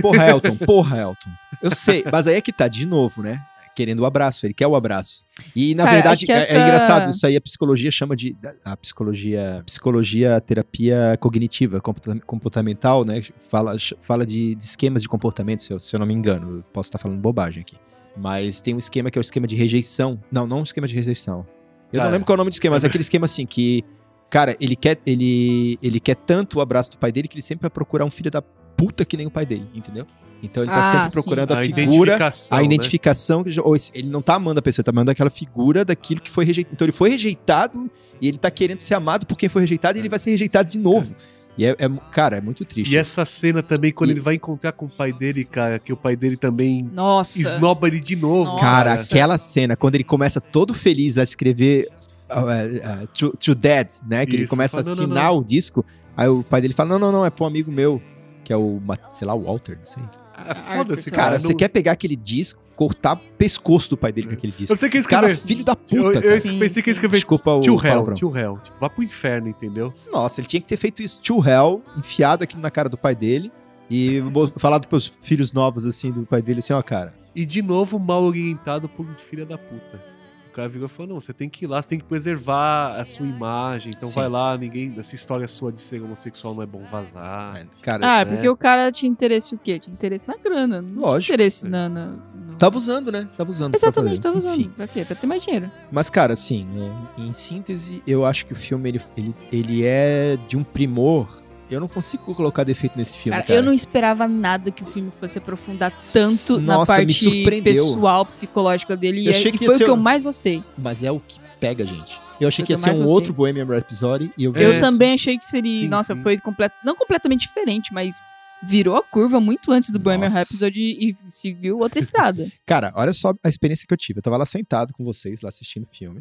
C: Porra, Elton. Porra, Elton. Eu sei. Mas aí é que tá, de novo, né? Querendo o abraço, ele quer o abraço. E na
B: Cara, acho
C: verdade
B: que
C: é, é
B: essa-
C: engraçado, isso aí a psicologia chama de a psicologia, psicologia, terapia cognitiva, comporta- comportamental, né? Fala, fala de, de esquemas de comportamento, se eu, se eu não me engano, eu posso estar falando bobagem aqui. Mas tem um esquema que é o esquema de rejeição. Não, não um esquema de rejeição. Eu
D: Cara.
C: não lembro qual é o nome do esquema, mas é aquele esquema assim que, cara, ele quer, ele, ele quer tanto o abraço do pai dele que ele sempre vai procurar um filho da puta que nem o pai dele, entendeu? Então ele tá
B: Ah,
C: sempre
B: sim.
C: procurando a,
D: A
C: figura,
D: identificação,
C: a
D: né?
C: identificação. que já- ou esse- ele não tá amando a pessoa, ele tá amando aquela figura daquilo que foi rejeitado. Então ele foi rejeitado e ele tá querendo ser amado por quem foi rejeitado e ele vai ser rejeitado de novo. E é, é- cara, é muito triste.
D: É. E essa cena também, quando
C: E-
D: ele vai encontrar com o pai dele, cara, que o pai dele também
B: Nossa.
D: esnoba ele de novo.
C: Cara,
B: Nossa.
C: aquela cena, quando ele começa todo feliz a escrever uh, uh, to, to Dad, né? Que ele
D: Isso,
C: começa a
D: fala, "Não, não,
C: assinar o disco. Aí o pai dele fala: Não, não, não, é pro amigo meu. Que é o, Ma- sei lá, o Walter, não sei.
B: A- a-
D: É Foda-se,
B: Arthur,
C: Cara,
D: não-
C: você é quer pegar aquele disco, cortar o pescoço do pai dele com aquele disco.
D: Eu sei que ele escreveu.
C: Cara, filho da puta.
D: eu, eu
C: cara.
B: Sim,
D: pensei que ele
B: sim.
D: escreveu
C: Desculpa o
D: Tio Hell,
C: palavrão.
D: Tio Hell. Tipo, vá pro inferno, entendeu?
C: Nossa, ele tinha que ter feito isso, tio Hell, enfiado aqui na cara do pai dele e bo- falado pros filhos novos, assim, do pai dele, assim, ó, cara.
D: E de novo mal orientado por um filho da puta. O cara virou e falou: não, você tem que ir lá, você tem que preservar a sua imagem. Então
C: Sim.
D: vai lá, ninguém. Essa história sua de ser homossexual não é bom vazar.
C: Cara,
B: Ah, é porque o cara tinha interesse o quê? Tinha interesse na grana. Não
C: Lógico.
B: Tinha interesse
D: É.
B: na. na- no-
C: tava usando, né? Tava usando. pra
B: Exatamente,
C: fazer.
B: tava usando.
C: Enfim.
B: Pra quê? Pra ter mais dinheiro.
C: Mas, cara, assim, é, em síntese, eu acho que o filme, ele, ele, ele é de um primor. Eu não consigo colocar defeito nesse filme,
B: Cara,
C: cara.
B: eu não esperava nada que o filme fosse aprofundar tanto na
C: Nossa, me
B: parte
C: surpreendeu.
B: pessoal, psicológica dele.
C: Eu
B: e é-
C: achei
B: e
C: que ia
B: foi o
C: ser
B: que eu
C: um-
B: mais gostei.
C: Mas é o que pega, gente. Eu achei
B: Foi
C: que
B: o que eu
C: ia ser um
B: mais gostei.
C: outro Bohemian Rhapsody e eu...
D: É.
B: Eu também achei que seria.
D: Sim,
B: nossa,
D: sim.
B: foi completo, não completamente diferente, mas virou a curva muito antes do Bohemian
C: Nossa.
B: Rhapsody e seguiu outra estrada.
C: Cara, olha só a experiência que eu tive. Eu tava lá sentado com vocês, lá assistindo o filme.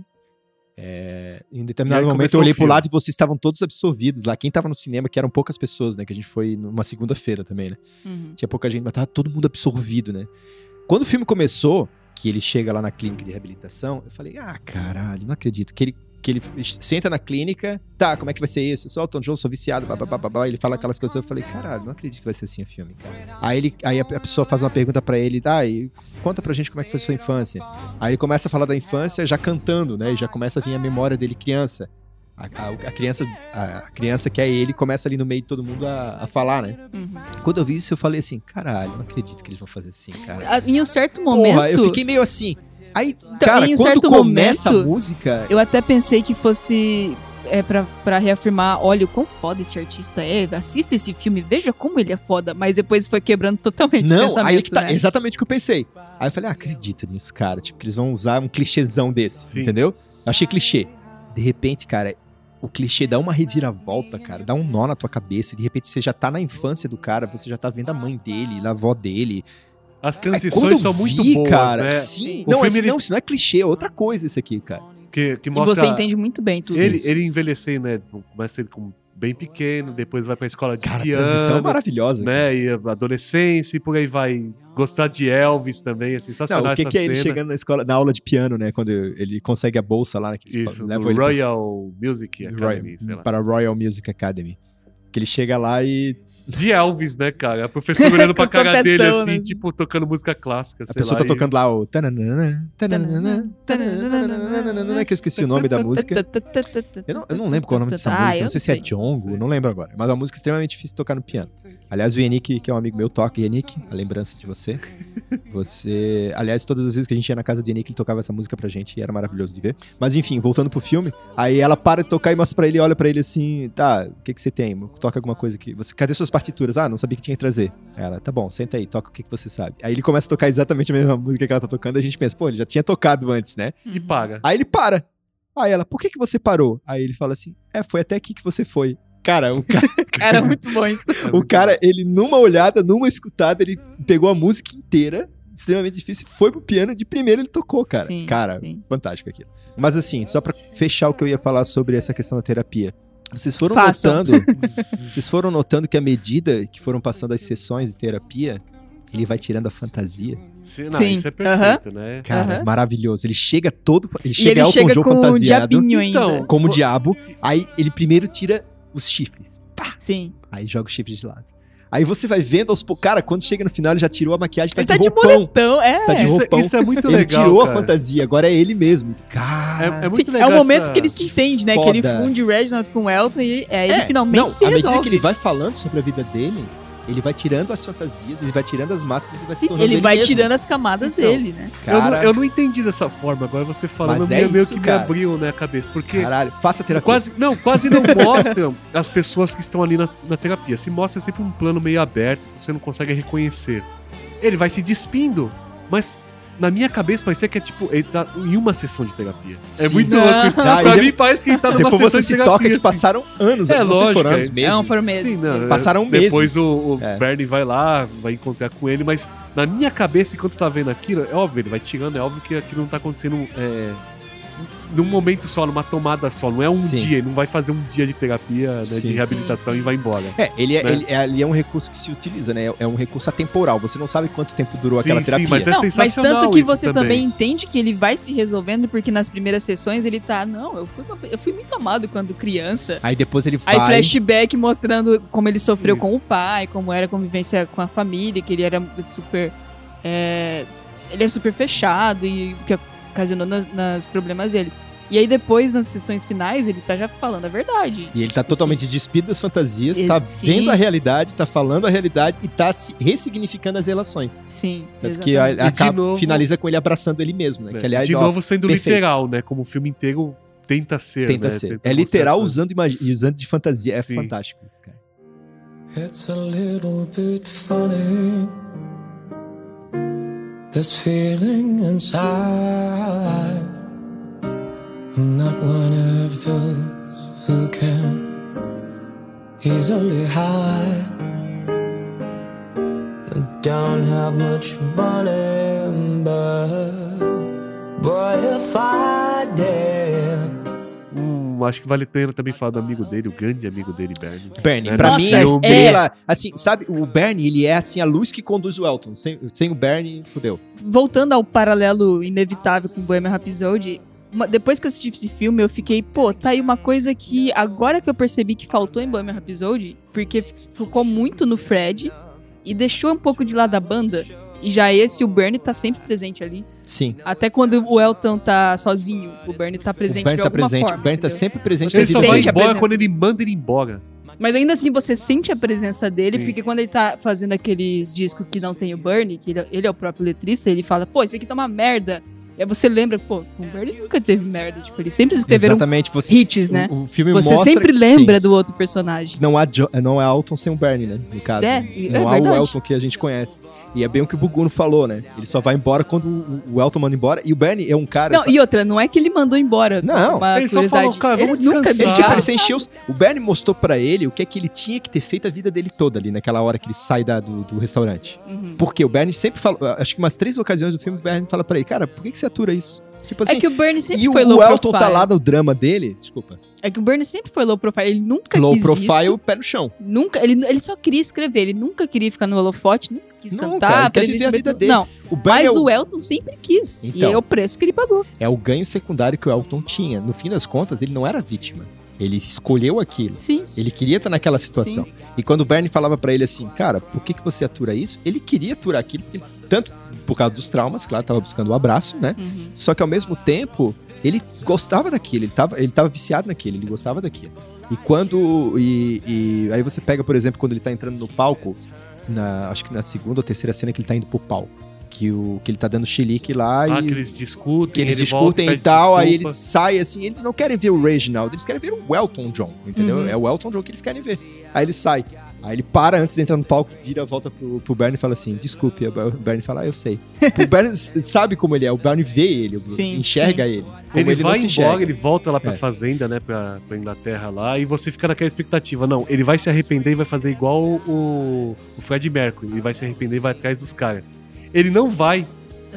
C: É, Em um determinado
D: E aí
C: momento
D: começou
C: eu olhei
D: o
C: pro
D: filme.
C: lado e vocês estavam todos absorvidos lá. Quem tava no cinema, que eram poucas pessoas, né? Que a gente foi numa segunda-feira também, né?
B: Uhum.
C: Tinha pouca gente, mas tava todo mundo absorvido, né? Quando o filme começou, que ele chega lá na clínica de reabilitação, eu falei, ah, caralho, não acredito. Que ele, que ele senta na clínica, tá, como é que vai ser isso? Eu sou Elton John, sou viciado, blá, blá, blá, blá, blá. Ele fala aquelas coisas, eu falei, caralho, não acredito que vai ser assim o filme, cara. Aí, ele, aí a a pessoa faz uma pergunta pra ele, tá, e conta pra gente como é que foi sua infância. Aí ele começa a falar da infância já cantando, né? E já começa a vir a memória dele criança. A, a- a criança, a, a criança que é ele começa ali no meio de todo mundo a- a falar, né?
B: Uhum.
C: Quando eu vi isso, eu falei assim, caralho, não acredito que eles vão fazer assim, cara.
B: Ah, Em um certo momento.
C: Porra, eu fiquei meio assim. Aí,
B: Então,
C: cara,
B: em um
C: quando
B: certo
C: começa
B: momento-
C: a música,
B: Eu até pensei que fosse é, pra, pra reafirmar, olha o quão foda esse artista é, assista esse filme, veja como ele é foda, mas depois foi quebrando totalmente esse
C: não,
B: pensamento,
C: aí que tá,
B: né?
C: exatamente o que eu pensei. Aí eu falei, ah, acredito nisso, cara, tipo que eles vão usar um clichêzão desse,
D: Sim.
C: entendeu? Eu achei clichê. De repente, cara, o clichê dá uma reviravolta, cara, dá um nó na tua cabeça, de repente você já tá na infância do cara, você já tá vendo a mãe dele, a avó dele.
D: As
C: Aí,
D: transições são muito boas,
C: cara,
D: né?
C: sim,
D: O
C: não,
D: filme,
C: esse-
D: ele-
C: não, isso não é clichê, é outra coisa isso aqui, cara.
D: Que, que
B: E
D: mostra
B: você entende muito bem tudo.
D: ele,
C: isso.
D: ele envelhecer, né? Começa ele com bem pequeno, depois vai pra escola de
C: Cara,
D: piano,
C: transição é maravilhosa.
D: né? E a adolescência, e por aí vai. Gostar de Elvis também, é sensacional
C: Não, o que,
D: essa
C: que é
D: cena.
C: ele chegando na escola, na aula de piano, né? Quando ele consegue a bolsa lá né, naquele
D: Isso,
C: Tipo, leva
D: no
C: ele
D: Royal Music
C: pra-
D: Academy, sei
C: Royal,
D: lá.
C: para a Royal Music Academy. Que ele chega lá e
D: De Elvis, né, cara? A professora olhando pra
B: Com
D: cara dele,
B: tapetão,
D: assim,
B: né?
D: tipo, tocando música clássica,
C: a
D: sei
C: pessoa
D: lá.
C: tá tocando lá o tananana, tananana, tananana, que eu esqueci o nome da música. Eu não, eu não lembro qual é o nome dessa
B: Ah,
C: música,
B: eu
C: não sei se é
B: sei.
C: Django, não lembro agora. Mas é uma música extremamente difícil de tocar no piano. Aliás, o Yannick, que é um amigo meu, toca. Yannick, a lembrança de você. Você. Aliás, todas as vezes que a gente ia na casa do Yannick, ele tocava essa música pra gente e era maravilhoso de ver. Mas enfim, voltando pro filme, aí ela para de tocar e mostra pra ele, olha pra ele assim: tá, o que que você tem? Toca alguma coisa aqui. Você, cadê suas partituras? Ah, não sabia que tinha que trazer. Aí Ela, tá bom, senta aí, toca o que que você sabe. Aí ele começa a tocar exatamente a mesma música que ela tá tocando e a gente pensa: pô, ele já tinha tocado antes, né?
D: E paga.
C: Aí ele para. Aí ela, por que que você parou? Aí ele fala assim: é, foi até aqui que você foi. Cara, o cara,
B: Cara, muito bom isso.
D: É
C: o
D: muito
C: cara ele numa olhada, numa escutada, ele pegou a música inteira, extremamente difícil, foi pro piano, de primeiro ele tocou, cara.
B: Sim,
C: cara,
B: sim.
C: fantástico aquilo. Mas assim, só pra fechar o que eu ia falar sobre essa questão da terapia. Vocês foram
B: Façam.
C: notando, vocês foram notando que à medida que foram passando as sessões de terapia, ele vai tirando a fantasia.
D: bom. Sim, não,
B: Sim,
D: isso é perfeito, né?
C: Cara,
B: Aham.
C: maravilhoso. Ele chega todo, ele
B: E
C: chega
B: ele
C: Elton
B: chega
C: John
B: com o
C: fantasiado.
B: diabinho ainda.
D: Então,
C: como o
D: pô-
C: diabo. Aí ele primeiro tira os chifres.
B: Sim.
C: Aí joga os chifres de lado. Aí você vai vendo aos poucos. Cara, quando chega no final, ele já tirou a maquiagem, tá,
B: Ele tá
C: de
B: de
C: roupão.
B: boletão, é.
C: Tá de
D: Isso,
C: roupão.
D: isso é muito
C: ele
D: legal.
C: tirou a Ah,
D: cara.
C: fantasia, agora é ele mesmo.
D: É,
C: Cara.
D: é muito
B: É
D: legal.
B: o momento
D: essa-
B: que ele se entende, né? Que ele
C: Foda.
B: funde Reginald com o Elton e é aí ele finalmente
C: É, não,
B: se
C: à medida
B: resolve.
C: que ele vai falando sobre a vida dele, ele vai tirando as fantasias, ele vai tirando as máscaras, ele vai tá se tornando
B: Ele vai
C: mesmo.
B: tirando as camadas
C: Então,
B: dele, né?
D: Eu não-
C: Cara,
D: eu, não, entendi dessa forma. Agora você falando,
C: Mas
D: me-
C: é
D: meio
C: isso,
D: que
C: cara.
D: me abriu né, a cabeça. Porque
C: Caralho, faça terapia.
D: quase, não, quase não mostram as pessoas que estão ali na, na terapia. Se mostra sempre um plano meio aberto, você não consegue reconhecer. Ele vai se despindo, mas na minha cabeça parecia que é tipo, ele tá em uma sessão de terapia. É
C: Sim.
D: muito
B: Não.
D: louco isso.
C: Tá, e
D: pra
C: de-
D: mim parece que ele tá numa
C: Depois
D: sessão
C: você
D: de
C: se
D: terapia.
C: toca tipo, que
D: assim.
C: passaram anos. É,
D: É,
C: vocês
D: lógico,
C: foram
D: é.
C: anos, meses.
B: Não, foram meses.
D: Sim, não, é,
C: Passaram meses.
D: Depois o, o
C: É.
D: Bernie vai lá, vai encontrar com ele, mas na minha cabeça, enquanto tá vendo aquilo, é óbvio, ele vai tirando, é óbvio que aquilo não tá acontecendo é, num momento só, numa tomada só, não é um
C: Sim.
D: dia, ele não vai fazer um dia de terapia, né,
C: Sim,
D: de reabilitação e vai embora.
C: É, ele é,
D: Né?
C: ele é, ali é um recurso que se utiliza, né? É um recurso atemporal. Você não sabe quanto tempo durou
D: Sim,
C: aquela
D: sim,
C: terapia.
D: mas é-
B: não, mas
D: sensacional
B: tanto que
D: isso
B: você também.
D: também
B: entende que ele vai se resolvendo, porque nas primeiras sessões ele tá, não, eu fui, uma pe- eu fui muito amado quando criança.
C: Aí depois ele vai.
B: Aí flashback mostrando como ele sofreu
D: Isso.
B: com o pai, como era a convivência com a família, que ele era super. é, ele era super fechado e o que ocasionou nas, nas problemas dele. E aí depois, nas sessões finais, ele tá já falando a verdade.
C: E ele tá totalmente despido das fantasias,
B: E-
C: tá
B: sim.
C: vendo a realidade, tá falando a realidade e tá se ressignificando as relações.
B: Sim.
C: Tanto que
B: exatamente.
C: a-
D: E
C: acaba-
D: de novo-
C: finaliza com ele abraçando ele mesmo, né?
D: né?
C: Que aliás,
D: de
C: ó,
D: novo sendo
C: perfeito.
D: literal, né, como o filme inteiro tenta ser.
C: tenta
D: né,
C: ser.
D: tenta
C: É literal
D: mostrar essa-
C: usando, imagi- usando de fantasia. É
D: Sim.
C: fantástico isso, cara.
F: It's a little bit funny. This feeling inside. I'm not one of those who can easily hide. I don't have much money, but what if I did?
D: Hum, acho que vale a pena também falar do amigo dele, o grande amigo dele, Bernie.
C: Bernie,
D: É,
C: pra
D: nossa,
C: mim, a
D: eu-
C: estrela. Assim, sabe, o Bernie, ele é assim, a luz que conduz o Elton. Sem, sem o Bernie, fudeu.
B: voltando ao paralelo inevitável com Bohemian Rhapsody, uma- depois que eu assisti esse filme, eu fiquei, pô, tá aí uma coisa que agora que eu percebi que faltou em Bohemian Rhapsody, porque focou muito no Fred e deixou um pouco de lado a banda, e já esse, o Bernie tá sempre presente ali.
C: Sim.
B: Até quando o Elton tá sozinho, o Bernie tá presente
C: o Bernie
B: de
C: tá
B: alguma
C: presente.
B: forma.
C: o Bernie tá
B: entendeu?
C: sempre presente.
B: Você
D: Ele
C: nesse
D: só
B: sente
D: vai
B: a
D: embora
B: presença.
D: quando ele manda ele embora.
B: Mas ainda assim, você sente a presença dele,
D: Sim.
B: porque quando ele tá fazendo aquele disco que não tem o Bernie, que ele, ele é o próprio letrista, ele fala, pô, isso aqui tá uma merda. E aí você lembra, pô, o Bernie nunca teve merda. Tipo, eles sempre escreveram
C: Exatamente, você,
B: hits, né?
C: o, o filme
B: Você
C: mostra-
B: sempre
C: sim.
B: lembra do outro personagem.
C: Não há, Jo- eh, não há Elton sem o Bernie, né? No caso.
B: É, é
C: não há o
B: verdade.
C: Elton que a gente conhece. E é bem o que o Buguno falou, né? Ele só vai embora quando o, o Elton manda embora. E o Bernie é um cara.
B: Não, e outra, não é que ele mandou embora.
C: Não.
B: uma
D: Ele só
B: curiosidade.
D: falou, cara, vamos
B: Eles nunca
D: descansar.
C: ele, tipo,
B: brigaram.
C: ele se encheu. os- O Bernie mostrou pra ele o que é que ele tinha que ter feito a vida dele toda ali, naquela hora que ele sai da- do, do restaurante.
B: Uhum.
C: Porque o Bernie sempre fala. Acho que umas três ocasiões do filme o Bernie fala pra ele, cara, por que, que você atura isso? Tipo assim.
B: é que o Bernie sempre
C: e o,
B: foi low
C: o Elton
B: profile.
C: tá lá no drama dele, desculpa.
B: É que o Bernie sempre foi low profile. Ele nunca
C: low
B: quis
C: profile,
B: isso.
C: pé no chão.
B: Nunca, ele, ele só queria escrever. Ele nunca queria ficar no holofote, nunca quis
C: Nunca,
B: cantar.
C: ele quer
B: aprender
C: viver a vida
B: instrumento.
C: dele.
B: Não,
C: O Bernie
B: Mas
C: é o
B: o Elton sempre quis.
C: Então.
B: E é o preço que ele pagou.
C: é o ganho secundário que o Elton tinha. No fim das contas, ele não era vítima. Ele escolheu aquilo.
B: Sim.
C: Ele queria estar naquela situação. E quando o Bernie falava pra ele assim, cara, por que, que você atura isso? Ele queria aturar aquilo, porque ele- tanto por causa dos traumas, claro, tava buscando o abraço, né?
B: Uhum.
C: Só que ao mesmo tempo, ele gostava daquilo, ele tava, ele tava viciado naquilo, ele gostava daquilo. E quando. E, e- aí você pega, por exemplo, quando ele tá entrando no palco, na- acho que na segunda ou terceira cena que ele tá indo pro palco. Que, o, que ele tá dando chilique lá
D: Ah,
C: e
D: que eles discutem,
C: que eles
D: ele volta,
C: discutem e
D: pede
C: tal, aí
D: desculpa.
C: eles saem assim, eles não querem ver o Reginald, eles querem ver o Elton John, entendeu?
B: Uhum.
C: É o Elton John que eles querem ver. Aí ele sai, aí ele para antes de entrar no palco, vira, volta pro, pro Bernie e fala assim, desculpe, Aí o Bernie fala, ah, eu sei. O Bernie s- sabe como ele é, o Bernie vê ele,
B: Sim,
C: enxerga ele, como
D: Ele,
C: ele, não
D: vai
C: se
D: embora,
C: enxerga.
D: ele volta lá pra
C: É.
D: fazenda, né, pra, pra Inglaterra lá, e você fica naquela expectativa. Não, ele vai se arrepender e vai fazer igual o, o Fred Mercury. Ele vai se arrepender e vai atrás dos caras. Ele não vai.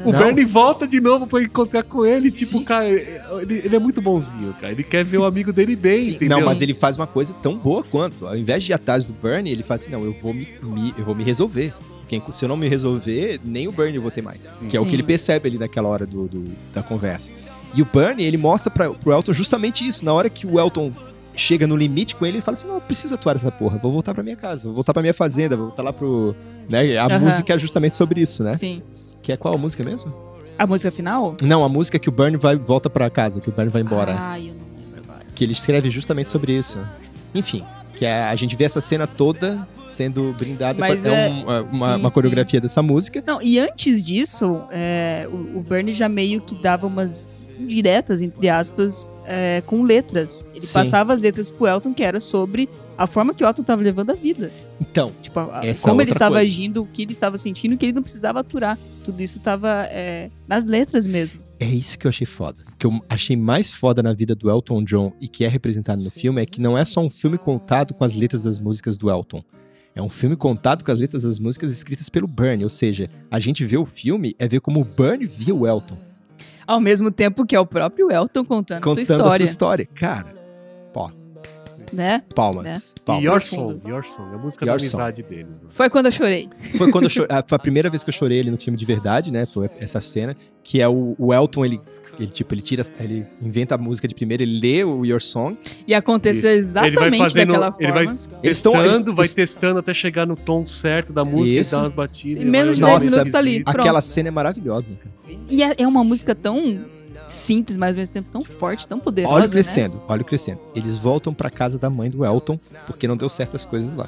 D: O
C: Não.
D: Bernie volta de novo pra encontrar com ele. Tipo,
C: Sim.
D: cara, ele, ele é muito bonzinho, cara. Ele quer ver o amigo dele bem,
C: Sim,
D: entendeu?
C: não, mas ele faz uma coisa tão boa quanto. Ao invés de ir atrás do Bernie, ele fala assim: não, eu vou me, me- eu vou me resolver. Porque enqu- se eu não me resolver, nem o Bernie eu vou ter mais. Que é o
B: Sim.
C: que ele percebe ali naquela hora do, do- da conversa. E o Bernie, ele mostra pra, pro Elton justamente isso. Na hora que o Elton chega no limite com ele, ele fala assim: não, eu preciso atuar essa porra, vou voltar pra minha casa, vou voltar pra minha fazenda, vou voltar lá pro. né? A
B: Aham.
C: música é justamente sobre isso, né?
B: Sim.
C: Que é qual a música mesmo?
B: A música final?
C: Não, a música que o Bernie vai, volta pra casa, que o Bernie vai embora
B: Ai, eu não lembro agora.
C: que ele escreve justamente sobre isso. Enfim, que é, a, a gente vê essa cena toda sendo brindada
B: Mas
C: com-
B: é-
C: um- uma,
B: sim,
C: uma coreografia dessa música.
B: Não, e antes disso, é, o, o Bernie já meio que dava umas diretas, entre aspas, é, com letras. Ele
C: Sim.
B: passava as letras pro Elton, que era sobre a forma que o Elton tava levando a vida.
C: Então,
B: Tipo, a- a-
C: Essa
B: como ele
C: outra
B: estava
C: coisa.
B: agindo, o que ele estava sentindo, o que ele não precisava aturar. Tudo isso estava é, nas letras mesmo.
C: É isso que eu achei foda. O que eu achei mais foda na vida do Elton John e que é representado no filme é que não é só um filme contado com as letras das músicas do Elton. É um filme contado com as letras das músicas escritas pelo Bernie. Ou seja, a gente vê o filme é ver como o Bernie via o Elton.
B: Ao mesmo tempo que é o próprio Elton contando,
C: contando
B: sua história,
C: a sua história. Cara,
B: né?
C: palmas. palmas.
D: Your Song, Your Song, a música
C: Your
D: da
C: Song.
D: amizade dele. né?
B: Foi quando eu chorei.
C: Foi quando eu chorei, ah, foi a primeira vez que eu chorei ele no filme de verdade, né? Foi essa cena que é o, o Elton ele ele tipo ele tira ele inventa a música de primeira, ele lê o Your Song.
B: E aconteceu
D: Isso.
B: exatamente
D: ele vai fazendo,
B: daquela forma.
D: Ele vai
C: Eles tão-
D: testando, vai
C: eles-
D: testando até chegar no tom certo da música
C: Isso.
D: e dar umas batidas.
B: Em menos
C: de
D: vai-
C: 10
B: minutos tá ali. Pronto.
C: Aquela cena é maravilhosa, cara.
B: E é, é uma música tão simples, mas ao mesmo tempo tão forte, tão poderosa.
C: Olha o
B: né?
C: crescendo, olha o crescendo. Eles voltam pra casa da mãe do Elton, porque não deu certas coisas lá.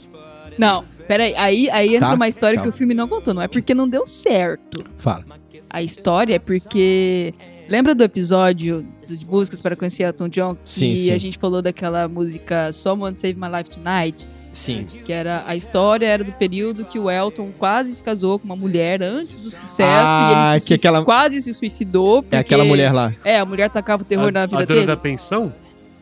B: Não, peraí. Aí, aí entra
C: Tá,
B: uma história
C: calma.
B: que o filme não contou. Não é porque não deu certo.
C: Fala.
B: A história é porque. Lembra do episódio de músicas para conhecer Elton John? Que
C: Sim, sim.
B: a gente falou daquela música Someone Save My Life Tonight?
C: Sim.
B: Que era a história era do período que o Elton quase se casou com uma mulher antes do sucesso
C: Ah,
B: e ele se
C: que
B: suici-
C: aquela-
B: quase se suicidou. Porque,
C: É aquela mulher lá.
B: É, a mulher tacava o terror
D: a,
B: na
D: a
B: vida
D: dona
B: dele.
D: da pensão?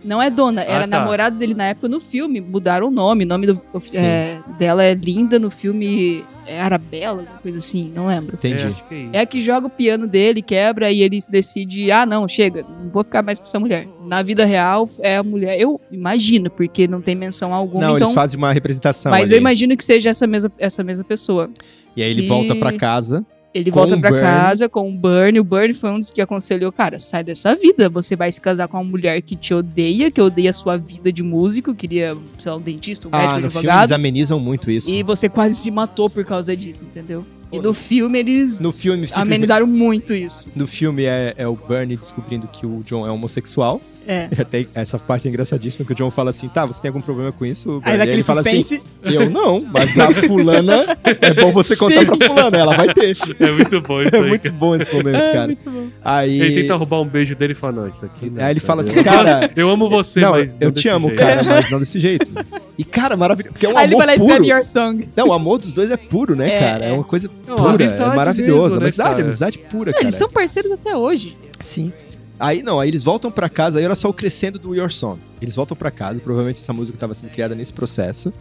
B: Não é dona, era
D: Ah, tá.
B: namorada dele na época no filme. Mudaram o nome. O nome do-
C: Sim.
B: é, dela é linda no filme. É Arabella, alguma coisa assim, não lembro.
D: É,
C: Entendi.
D: acho que é isso.
B: É a que joga o piano dele, quebra e ele decide: ah, não, chega, não vou ficar mais com essa mulher. Na vida real, é a mulher. Eu imagino, porque não tem menção alguma.
C: não,
B: então,
C: eles fazem uma representação.
B: mas
C: ali.
B: eu imagino que seja essa mesma, essa mesma pessoa.
C: E aí ele
B: que-
C: volta pra casa.
B: Ele
C: Com um
B: volta
C: o
B: pra
C: Bernie.
B: casa com o Bernie. O Bernie foi um dos que aconselhou, cara, sai dessa vida. Você vai se casar com uma mulher que te odeia, que odeia a sua vida de músico, queria, sei lá, um dentista, um médico,
C: Ah,
B: um
C: no filme eles
B: advogado.
C: amenizam muito isso.
B: E você quase se matou por causa disso, entendeu? E
C: Pô,
B: no filme eles
C: No filme, simplesmente-
B: amenizaram muito isso.
C: No filme é, é o Bernie descobrindo que o John é homossexual.
B: É.
C: Até essa parte é engraçadíssima que o John fala assim: tá, você tem algum problema com isso?
B: Aí
C: Bernie?
B: daquele
C: ele fala assim:
B: suspense.
C: eu não, mas a fulana é bom você contar
B: Sim.
C: pra fulana, ela vai ter.
D: É muito bom isso
C: É
D: aí.
C: muito bom esse momento,
B: É,
C: cara.
B: muito bom.
C: Aí
D: Ele tenta roubar um beijo dele e fala, não, isso aqui não.
C: Aí ele
D: tá
C: fala
D: bom.
C: assim, cara,
D: Eu amo você,
C: não,
D: mas. não
C: eu te
D: desse
C: amo,
D: jeito.
C: cara, mas não desse jeito. E cara, maravilhoso, porque é um
B: Aí ele
C: amor
B: vai lá e
C: puro.
B: escreve Your Song.
C: Não, o amor dos dois é puro, né,
B: É,
C: cara? É
B: é.
C: uma coisa
D: É uma
C: pura,
D: amizade
C: é maravilhoso,
D: mesmo, né,
C: amizade,
D: cara?
C: amizade pura,
B: Não,
C: cara.
B: eles são parceiros até hoje.
C: Sim. Aí não, aí eles voltam pra casa, aí olha só o crescendo do Your Song. Eles voltam pra casa, provavelmente essa música tava sendo criada nesse processo.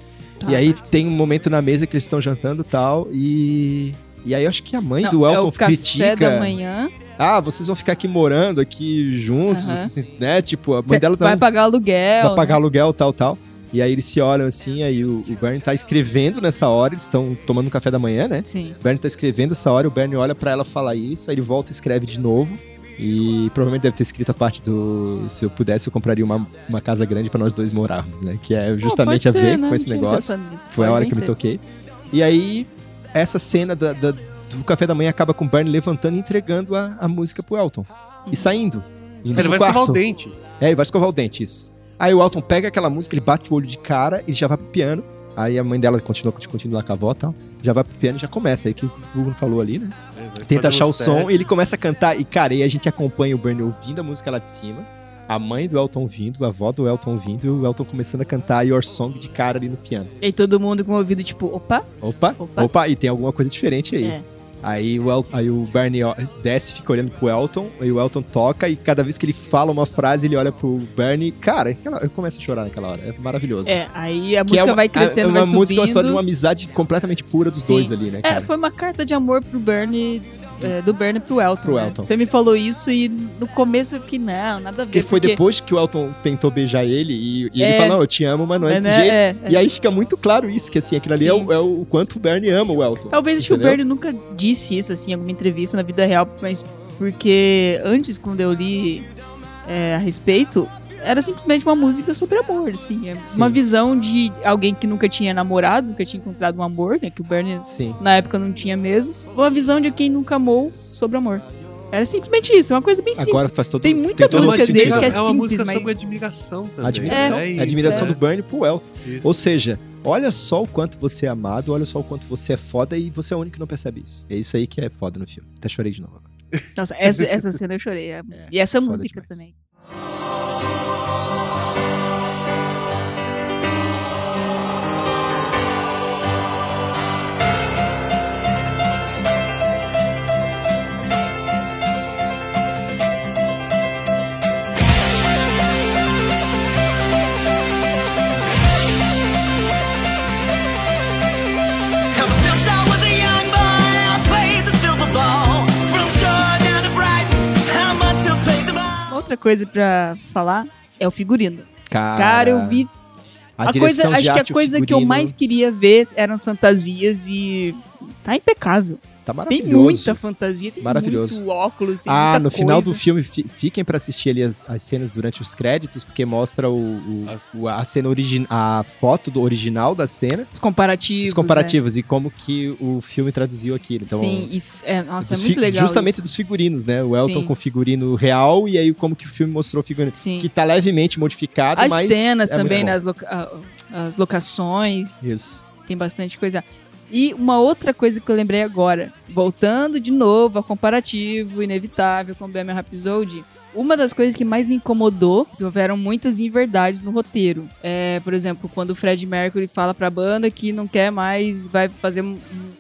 C: e
B: Ah,
C: aí tem um momento na mesa que eles estão jantando e tal, e. E aí eu acho que a mãe
B: Não,
C: do
B: é
C: Elton
B: o café
C: critica.
B: da manhã.
C: Ah, vocês vão ficar aqui morando aqui juntos,
B: Aham.
C: vocês- né? Tipo, a mãe
B: Cê
C: dela tá
B: Vai pagar aluguel.
C: pra pagar aluguel, tal, tal. E aí eles se olham assim, aí o, o Bernie tá escrevendo nessa hora, eles estão tomando um café da manhã, né?
B: né? Sim.
C: O Bernie tá escrevendo essa hora, o Bernie olha pra ela falar isso, aí ele volta e escreve de novo. E provavelmente deve ter escrito a parte do se eu pudesse, eu compraria uma, uma casa grande pra nós dois morarmos, né? Que é justamente
B: Pô,
C: a
B: pode
C: ver
B: ser, né?
C: com
B: Não
C: esse
B: tinha
C: negócio.
B: pensado nisso.
C: Foi a
B: Pode
C: hora
B: bem
C: que eu me
B: ser.
C: toquei. E aí, essa cena da- da- do café da manhã acaba com o Bernie levantando e entregando a, a música pro Elton.
B: Uhum.
C: E saindo. Indo
D: Ele
C: pro
D: vai escovar
C: quarto.
D: o dente.
C: É, ele vai escovar o dente, isso. Aí o Elton pega aquela música, ele bate o olho de cara, ele já vai pro piano. Aí a mãe dela continua, continua lá com a avó e tal. Já vai pro piano e já começa. Aí que o Bruno falou ali, né?
D: É, vai
C: Tenta
D: fazer
C: achar o
D: uns
C: som,
D: testes.
C: ele começa a cantar. E, cara, aí a gente acompanha o Bernie ouvindo a música lá de cima. A mãe do Elton vindo, a avó do Elton vindo, e o Elton começando a cantar Your Song de cara ali no piano.
B: E aí todo mundo com o ouvido, tipo, opa,
C: Opa, opa,
B: Opa.
C: e tem alguma coisa diferente aí.
B: É.
C: Aí, o El- aí o Bernie ó- desce, fica olhando pro Elton, aí o Elton toca, e cada vez que ele fala uma frase, ele olha pro Bernie. Cara, aquela- eu começo a chorar naquela hora, é maravilhoso.
B: é, aí a
C: Que
B: música
C: é uma-
B: vai crescendo,
C: é uma
B: vai subindo.
C: música, uma história de uma amizade completamente pura dos
B: Sim.
C: dois ali, né,
B: É,
C: cara?
B: foi uma carta de amor pro Bernie, é, do Bernie pro Elton.
C: Pro
B: né?
C: Elton.
B: Você me falou isso e no começo eu fiquei, não, nada a ver.
C: porque foi depois que o Elton tentou beijar ele, e, e ele
B: É.
C: fala, não, eu te amo, mas não é
B: mas,
C: desse
B: né,
C: jeito.
B: é, é.
C: E aí fica muito claro isso, que assim, aquilo ali é o,
B: Sim. Então,
C: é o quanto o Bernie ama o Elton.
B: Talvez acho que o
C: entendeu?
B: Bernie nunca disse isso, assim, em alguma entrevista na vida real, mas porque antes, quando eu li é, a respeito, era simplesmente uma música sobre amor, assim. é
C: Sim.
B: Uma visão de alguém que nunca tinha namorado, nunca tinha encontrado um amor, né? Que o Bernie
C: Sim.
B: na época não tinha mesmo. Uma visão de quem nunca amou sobre amor. Era simplesmente isso, uma coisa bem
C: Agora
B: simples.
C: faz todo
B: Tem muita
C: todo
B: música
C: sentido.
B: deles que é
D: É uma
B: simples,
D: música
B: mas-
D: sobre admiração também.
C: Admiração,
D: É isso,
C: admiração
D: é.
C: do Bernie pro Elton.
D: Isso.
C: Ou seja, olha só o quanto você é amado, olha só o quanto você é foda e você é o único que não percebe isso. É isso aí que é foda no filme. Até chorei de novo.
B: Nossa, essa, essa cena eu chorei. é-
C: É,
B: e essa
C: foda
B: música
C: demais.
B: também.
E: Ever since I was a young boy, I played the silver ball. From shore down to Brighton, I must have played the ball.
B: Uma outra coisa pra falar é o figurino.
C: Cara,
B: Cara, eu vi.
C: Ah, a
B: A coisa,
C: direção de
B: acho que a
C: arte, o
B: coisa que eu
C: figurino, tá
B: mais queria ver eram as fantasias e. Tá impecável.
C: Tá
B: Tem
C: maravilhoso.
B: muita fantasia, tem
C: Maravilhoso.
B: muito óculos, tem
C: Ah,
B: muita
C: no final
B: coisa.
C: do filme, fi- fiquem pra assistir ali as, as cenas durante os créditos, porque mostra o, o-
D: As-
C: o- a cena original, a foto do original da cena,
B: Os comparativos.
C: os
B: né?
C: comparativos e como que o filme traduziu aquilo. Então,
B: Sim, e, f- é, nossa, é
C: dos
B: muito
C: fi-
B: legal.
C: Justamente
B: isso.
C: dos figurinos, né? O Elton
B: Sim.
C: com figurino real e aí como que o filme mostrou o figurino.
B: Sim.
C: Que tá levemente modificado,
B: As
C: mas.
B: cenas
C: é
B: também,
C: muito
B: né?
C: bom.
B: As, loca- ah, as locações,
C: Isso.
B: tem bastante coisa. E uma outra coisa que eu lembrei agora, voltando de novo ao comparativo inevitável com Bohemian Rhapsody, uma das coisas que mais me incomodou, que houveram muitas inverdades no roteiro. É, por exemplo, quando o Fred Mercury fala pra banda que não quer mais, vai fazer um,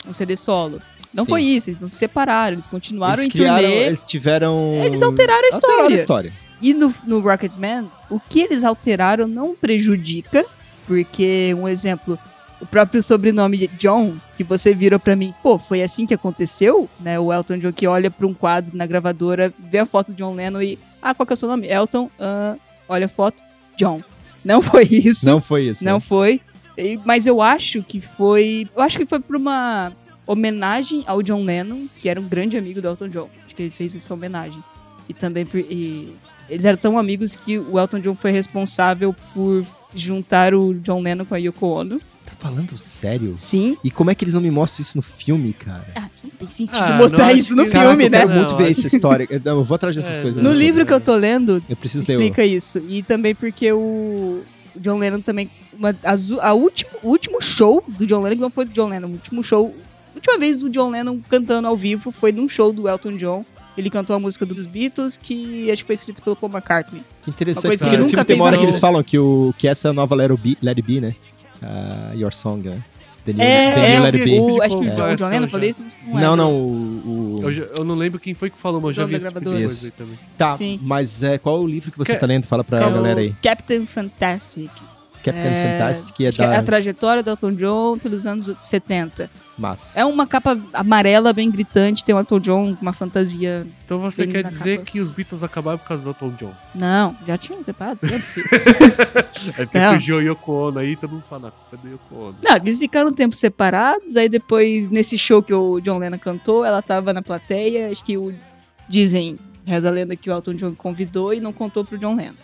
B: um CD solo. Não
C: Sim.
B: foi isso, eles não se separaram, eles continuaram
C: Eles
B: em
C: criaram,
B: turnê.
C: eles tiveram.
B: Eles alteraram a história.
C: Alteraram a história.
B: E no, no Rocketman, o que eles alteraram não prejudica, porque, um exemplo, o próprio sobrenome de John, que você virou pra mim, pô, foi assim que aconteceu, né? O Elton John que olha pra um quadro na gravadora, vê a foto de John Lennon e, ah, qual que é o seu nome? Elton, ah, olha a foto, John. Não foi isso.
C: Não foi isso.
B: Não
C: né?
B: foi. E- Mas eu acho que foi. Eu acho que foi pra uma homenagem ao John Lennon, que era um grande amigo do Elton John. Acho que ele fez essa homenagem. E também. por- e eles eram tão amigos que o Elton John foi responsável por juntar o John Lennon com a Yoko Ono.
C: Tá falando sério?
B: Sim.
C: E como é que eles não me mostram isso no filme, cara?
B: Ah, não tem sentido
D: Ah,
B: mostrar
D: não, acho
B: isso no
D: que-
B: filme,
C: Caraca, eu
B: né?
C: quero
D: né?
C: muito
D: Não,
C: ver
D: acho-
C: essa história. Eu- não, eu vou atrás dessas
D: É,
C: coisas.
D: não.
B: No
C: eu-
B: livro que eu tô lendo,
C: Eu preciso ler. o-
B: explica isso. E também porque o o John Lennon também. Uma, as u- a último, o último show do John Lennon, que não foi do John Lennon, o último show. A última vez o John Lennon cantando ao vivo foi num show do Elton John. Ele cantou a música dos Beatles, que acho que foi escrita pelo Paul McCartney.
C: Que
B: Uma
C: interessante,
B: coisa
D: que
C: porque no
D: nunca
C: filme tem
D: fez
C: uma hora
D: a-
C: que eles falam que, o, que essa é a nova Let It Be, Let It Be né? Ah, Your Song, né? The New,
B: É,
C: the
B: é,
C: new
D: eu
C: Let It
D: vi esse
C: Be.
D: vídeo.
B: o,
D: de
B: acho que o John
D: comparação
B: Lennon
D: já.
B: falou isso, não lembro.
C: Não, é, não, o... o-
D: Eu, já- eu não lembro quem foi que falou, mas eu já
B: Dono
D: vi
B: da
D: esse tipo de
B: gravadora.
D: coisa aí também.
C: Tá,
B: sim.
C: mas é, qual é o livro que você
D: Que-
C: tá lendo? Fala pra
B: É o
C: galera aí.
B: Captain Fantastic.
C: Captain
B: é,
C: Fantastic é
B: Acho que é
C: da...
B: a trajetória do Elton John pelos anos 70.
C: Massa.
B: É uma capa amarela bem gritante, tem o Elton John com uma fantasia.
D: Então você
B: Bem
D: quer
B: na
D: dizer
B: capa.
D: que os Beatles acabaram por causa do Elton John?
B: Não, já tinham separado. né, filho?
D: É porque
B: Não.
D: surgiu o Yoko Ono aí, todo mundo fala, "Ah, a culpa é do Yoko Ono.
B: Não, eles ficaram um tempo separados, aí depois, nesse show que o John Lennon cantou, ela tava na plateia, acho que o, dizem, reza a lenda que o Elton John convidou e não contou pro John Lennon.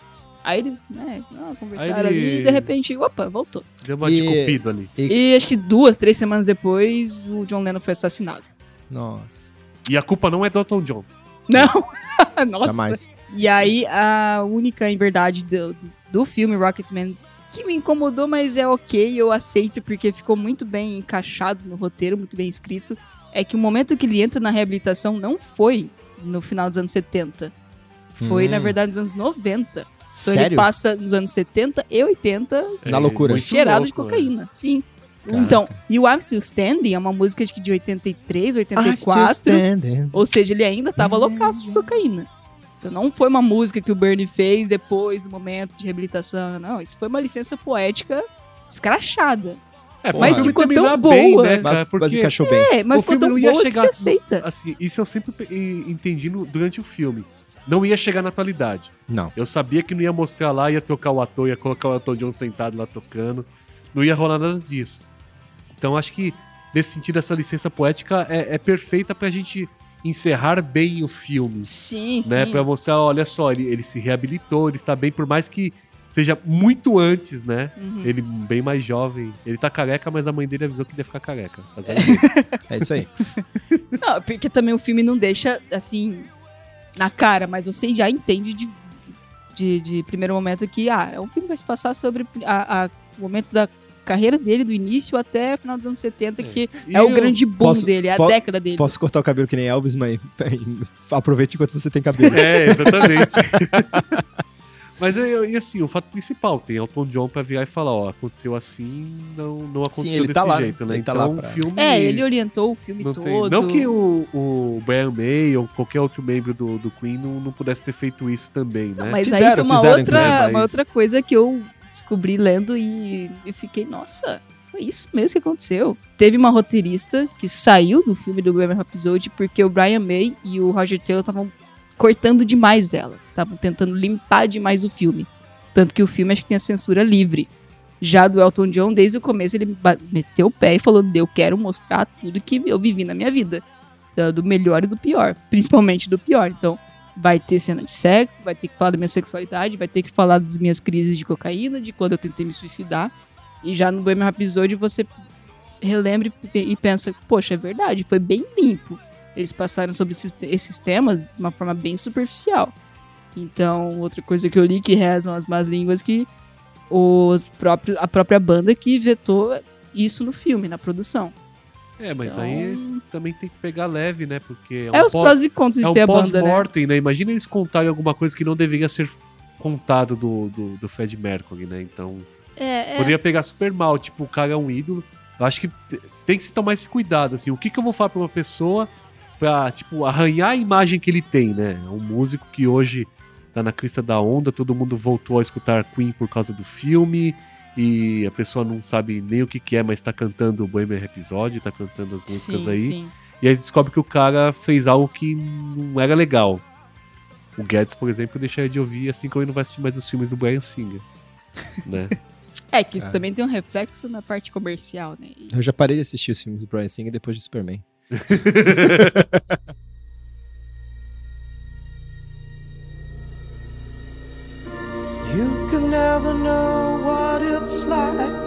B: Aí eles, né, ah, conversaram
D: Aí ele-
B: ali e de repente, opa, voltou.
D: Deu uma
C: E-
D: de cupido ali.
B: E acho que duas, três semanas depois, o John Lennon foi assassinado.
C: Nossa,
D: E a culpa não é do Elton John.
B: Não! Nossa!
C: jamais.
B: E aí, a única em verdade do, do filme Rocketman que me incomodou, mas é ok, eu aceito porque ficou muito bem encaixado no roteiro, muito bem escrito, é que o momento que ele entra na reabilitação não foi no final dos anos 70. Foi,
C: Hum.
B: na verdade, nos anos 90. Então ele
C: Sério?
B: passa nos anos 70 e 80
C: Na loucura.
D: É muito
B: cheirado de
D: louco, né?
B: cocaína. Sim.
C: Caraca.
B: Então, e o I'm Still Standing é uma música acho que de 83,
C: Ah,
B: 84. Ou seja, ele ainda tava loucaço de cocaína. Então não foi uma música que o Bernie fez depois do momento de reabilitação, não. Isso foi uma licença poética escrachada.
D: É, pra
C: Mas
D: o filme
B: ficou tão
D: terminar bem,
B: boa.
D: né,
C: Mas,
D: cara?
C: mas
D: Porque,
C: encaixou bem.
B: É, mas
D: O
B: ficou
D: filme
B: tão
D: não
B: boa
D: ia
B: que
D: chegar-
B: se aceita.
D: assim, isso eu sempre pe- entendi no- durante o filme. Não ia chegar na atualidade.
B: É.
C: Não.
D: Eu sabia que não ia mostrar lá, ia trocar o ator, ia colocar o Elton John sentado lá tocando. Não ia rolar nada disso. Então acho que, nesse sentido, essa licença poética é, é perfeita pra gente encerrar bem o filme.
B: Sim,
D: né?
B: sim.
D: Pra mostrar, olha só, ele, ele se reabilitou, ele está bem, por mais que seja muito antes, né?
B: Uhum.
D: Ele bem mais jovem. Ele tá careca, mas a mãe dele avisou que ele ia ficar careca. Azar dele.
C: É isso aí.
B: Não, porque também o filme não deixa, assim, na cara, mas você já entende de, de, de primeiro momento que, ah, é um filme que vai se passar sobre a- a- o momento da carreira dele, do início até o final dos anos 70, que
D: E
B: é, o
D: eu-
B: grande boom
C: Posso-
B: dele, é a
C: po-
B: década dele.
C: Posso cortar o cabelo que nem Elvis, mas aproveite enquanto você tem cabelo.
D: É, exatamente. Mas é, e assim, o fato principal, tem Elton John pra virar e falar, ó, aconteceu assim, não, não aconteceu
C: ele
D: desse
C: tá lá,
D: jeito, né?
C: ele tá lá
D: então o
C: pra-
D: filme.
B: É, ele orientou o filme
D: não,
B: todo.
D: tem- não que o, o Brian May ou qualquer outro membro do, do Queen não, não pudesse ter feito isso também, né?
B: Mas aí
C: Fizeram,
B: tem uma,
C: fizeram,
B: outra,
D: inclusive,
B: uma
D: mas-
B: outra coisa que eu descobri lendo e, e fiquei, nossa, foi isso mesmo que aconteceu. Teve uma roteirista que saiu do filme do Bohemian Rhapsody porque o Brian May e o Roger Taylor estavam cortando demais ela. Estavam tentando limpar demais o filme. Tanto que o filme acho que tem a censura livre. Já do Elton John, desde o começo, ele ba- meteu o pé e falou: Eu quero mostrar tudo que eu vivi na minha vida. Então, Do melhor e do pior. Principalmente do pior. Então, vai ter cena de sexo, vai ter que falar da minha sexualidade, vai ter que falar das minhas crises de cocaína, de quando eu tentei me suicidar. E já no Bohemian Rhapsody você relembra e pe- e pensa, poxa, é verdade, foi bem limpo. Eles passaram sobre esses, te- esses temas de uma forma bem superficial. Então, outra coisa que eu li que rezam as más línguas que os próprios, a própria banda que vetou isso no filme, na produção.
D: É, mas
B: Então,
D: aí também tem que pegar leve, né? Porque
B: é os
D: pó-
B: prós e contras
D: é
B: de
D: um
B: ter a banda, né?
D: pós-mortem, né? Imagina eles contarem alguma coisa que não deveria ser contado do, do, do Fred Mercury, né? Então,
B: É, é.
D: poderia pegar super mal. Tipo, o cara é um ídolo. Eu acho que te- tem que se tomar esse cuidado, assim. O que, que eu vou falar pra uma pessoa pra, tipo, arranhar a imagem que ele tem, né? É Um músico que hoje tá na crista da onda, todo mundo voltou a escutar Queen por causa do filme e a pessoa não sabe nem o que que é, mas tá cantando o Bohemian Episódio, tá cantando as músicas aí. E aí descobre que o cara fez algo que não era legal. O Guedes, por exemplo, deixaria de ouvir assim como ele não vai assistir mais os filmes do Brian Singer. né?
B: É que isso
C: Cara.
B: também tem um reflexo na parte comercial, né? E-
C: Eu já parei de assistir os filmes do Brian Singer depois de Superman.
F: You can never know what it's like.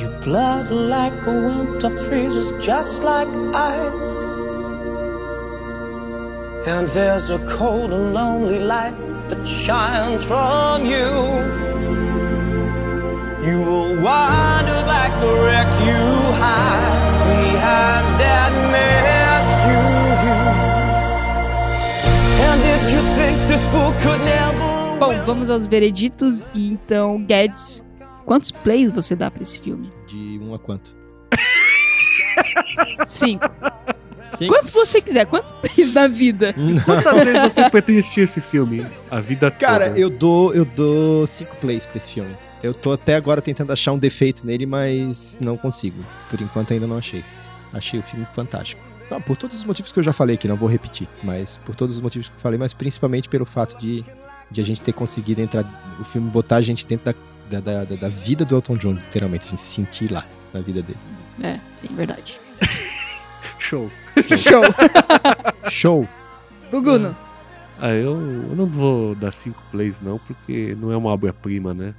F: You blood like a winter freezes just like ice. And there's a cold and lonely light that shines from you. You will wander like the wreck you hide behind that mask you use. And did you think this fool could never
B: Bom,
F: win?
B: vamos aos vereditos. E então, Guedes, quantos plays você dá pra esse filme?
C: De um a quanto?
B: Cinco.
C: Cinco?
B: Quantos você quiser, quantos plays na vida?
D: Quantas vezes você pretende assistir esse filme? A vida
C: Cara,
D: toda.
C: eu dou, eu dou cinco plays pra esse filme. Eu tô até agora tentando achar um defeito nele, mas não consigo. Por enquanto ainda não achei. Achei o filme fantástico. Ah, por todos os motivos que eu já falei aqui, não vou repetir, mas por todos os motivos que eu falei, mas principalmente pelo fato de, de a gente ter conseguido entrar, o filme botar a gente dentro da, da, da, da vida do Elton John, literalmente, a gente se sentir lá na vida dele.
B: É verdade.
D: Show.
B: Show. Hum.
C: Show!
B: Guguno.
D: Ah, eu, eu não vou dar cinco plays, não, porque não é uma obra-prima, né?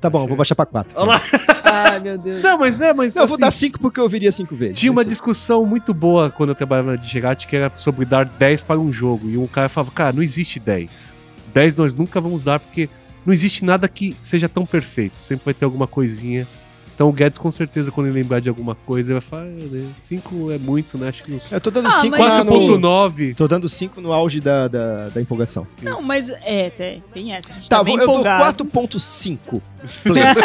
C: Tá bom, eu vou baixar pra quatro.
D: Olha lá.
B: Ai, meu Deus.
D: Não, mas é, mas.
C: Não, eu vou
D: assim,
C: dar cinco porque eu ouviria cinco vezes.
D: Tinha uma
C: Isso.
D: discussão muito boa quando eu trabalhava na Digerati que era sobre dar 10 para um jogo. E um cara falava, cara, não existe 10. 10 nós nunca vamos dar, porque não existe nada que seja tão perfeito. Sempre vai ter alguma coisinha. Então o Guedes, com certeza, quando ele lembrar de alguma coisa, ele vai falar, 5 é muito, né? Acho que uns
C: Eu tô dando
B: Ah,
C: cinco
B: mas
C: lá
B: assim-
C: no...
D: 4.9.
C: Tô dando cinco no auge da, da, da empolgação.
B: Não, mas é, tem, tem essa. A gente
C: Tá,
B: tá,
C: vou-
B: bem
C: eu dou
B: empolgado.
C: 4.5 plays.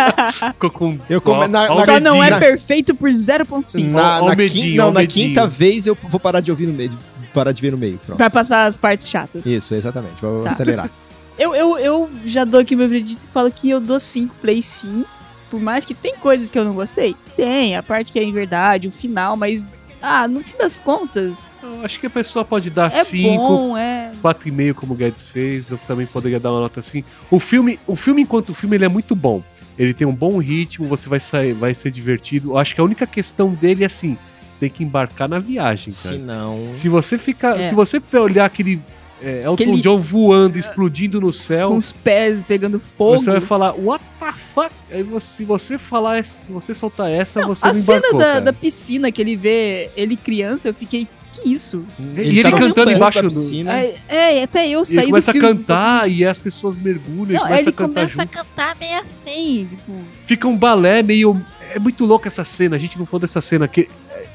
D: Ficou com.
C: Eu come- na-
D: Ó, ó o
C: na-
B: Só não é
D: medinho.
C: na-
B: perfeito por 0.5.
C: na,
D: Ó o
C: na
D: medinho,
C: quinta,
D: ó
C: não,
D: o
C: na
D: medinho.
C: quinta vez eu vou parar de ouvir no meio. de- Parar de ver no meio, pronto.
B: Vai passar as partes chatas.
C: Isso, exatamente. Vou
B: Tá.
C: acelerar.
B: Eu, eu, eu já dou aqui meu veredito e falo que eu dou 5 plays sim. Por mais que tem coisas que eu não gostei. Tem, a parte que é em verdade, o final, mas. Ah, no fim das contas,
D: Eu Acho que a pessoa pode dar
B: é
D: 5,
B: bom, é.
D: 4,5 como o Guedes fez, eu também poderia dar uma nota assim. O filme, o filme enquanto filme, ele é muito bom. Ele tem um bom ritmo, você vai sair, vai ser divertido. Eu Acho que a única questão dele é assim, tem que embarcar na viagem, cara.
C: não.
D: Se você ficar,
B: É.
D: se você olhar aquele é, Elton
B: Aquele-
D: John voando, explodindo no céu,
B: com os pés pegando fogo.
D: Então, você vai falar what the fuck? Aí você- se você falar, essa- se você soltar essa, você
B: a
D: não
B: cena
D: embarcou,
B: da,
D: cara.
B: da piscina que ele vê ele criança, eu fiquei, que isso?
D: E ele
B: tá no fundo
D: cantando
B: da
D: embaixo do. E
C: piscina.
B: É, é, até eu
D: Né? ele
B: saí do
D: começa a
B: filme.
D: cantar e as pessoas mergulham e
B: Não,
D: começa
B: ele
D: a cantar
B: começa
D: junto.
B: a cantar meio assim, tipo...
D: Fica um balé meio. É muito louca essa cena, a gente não falou dessa cena aqui.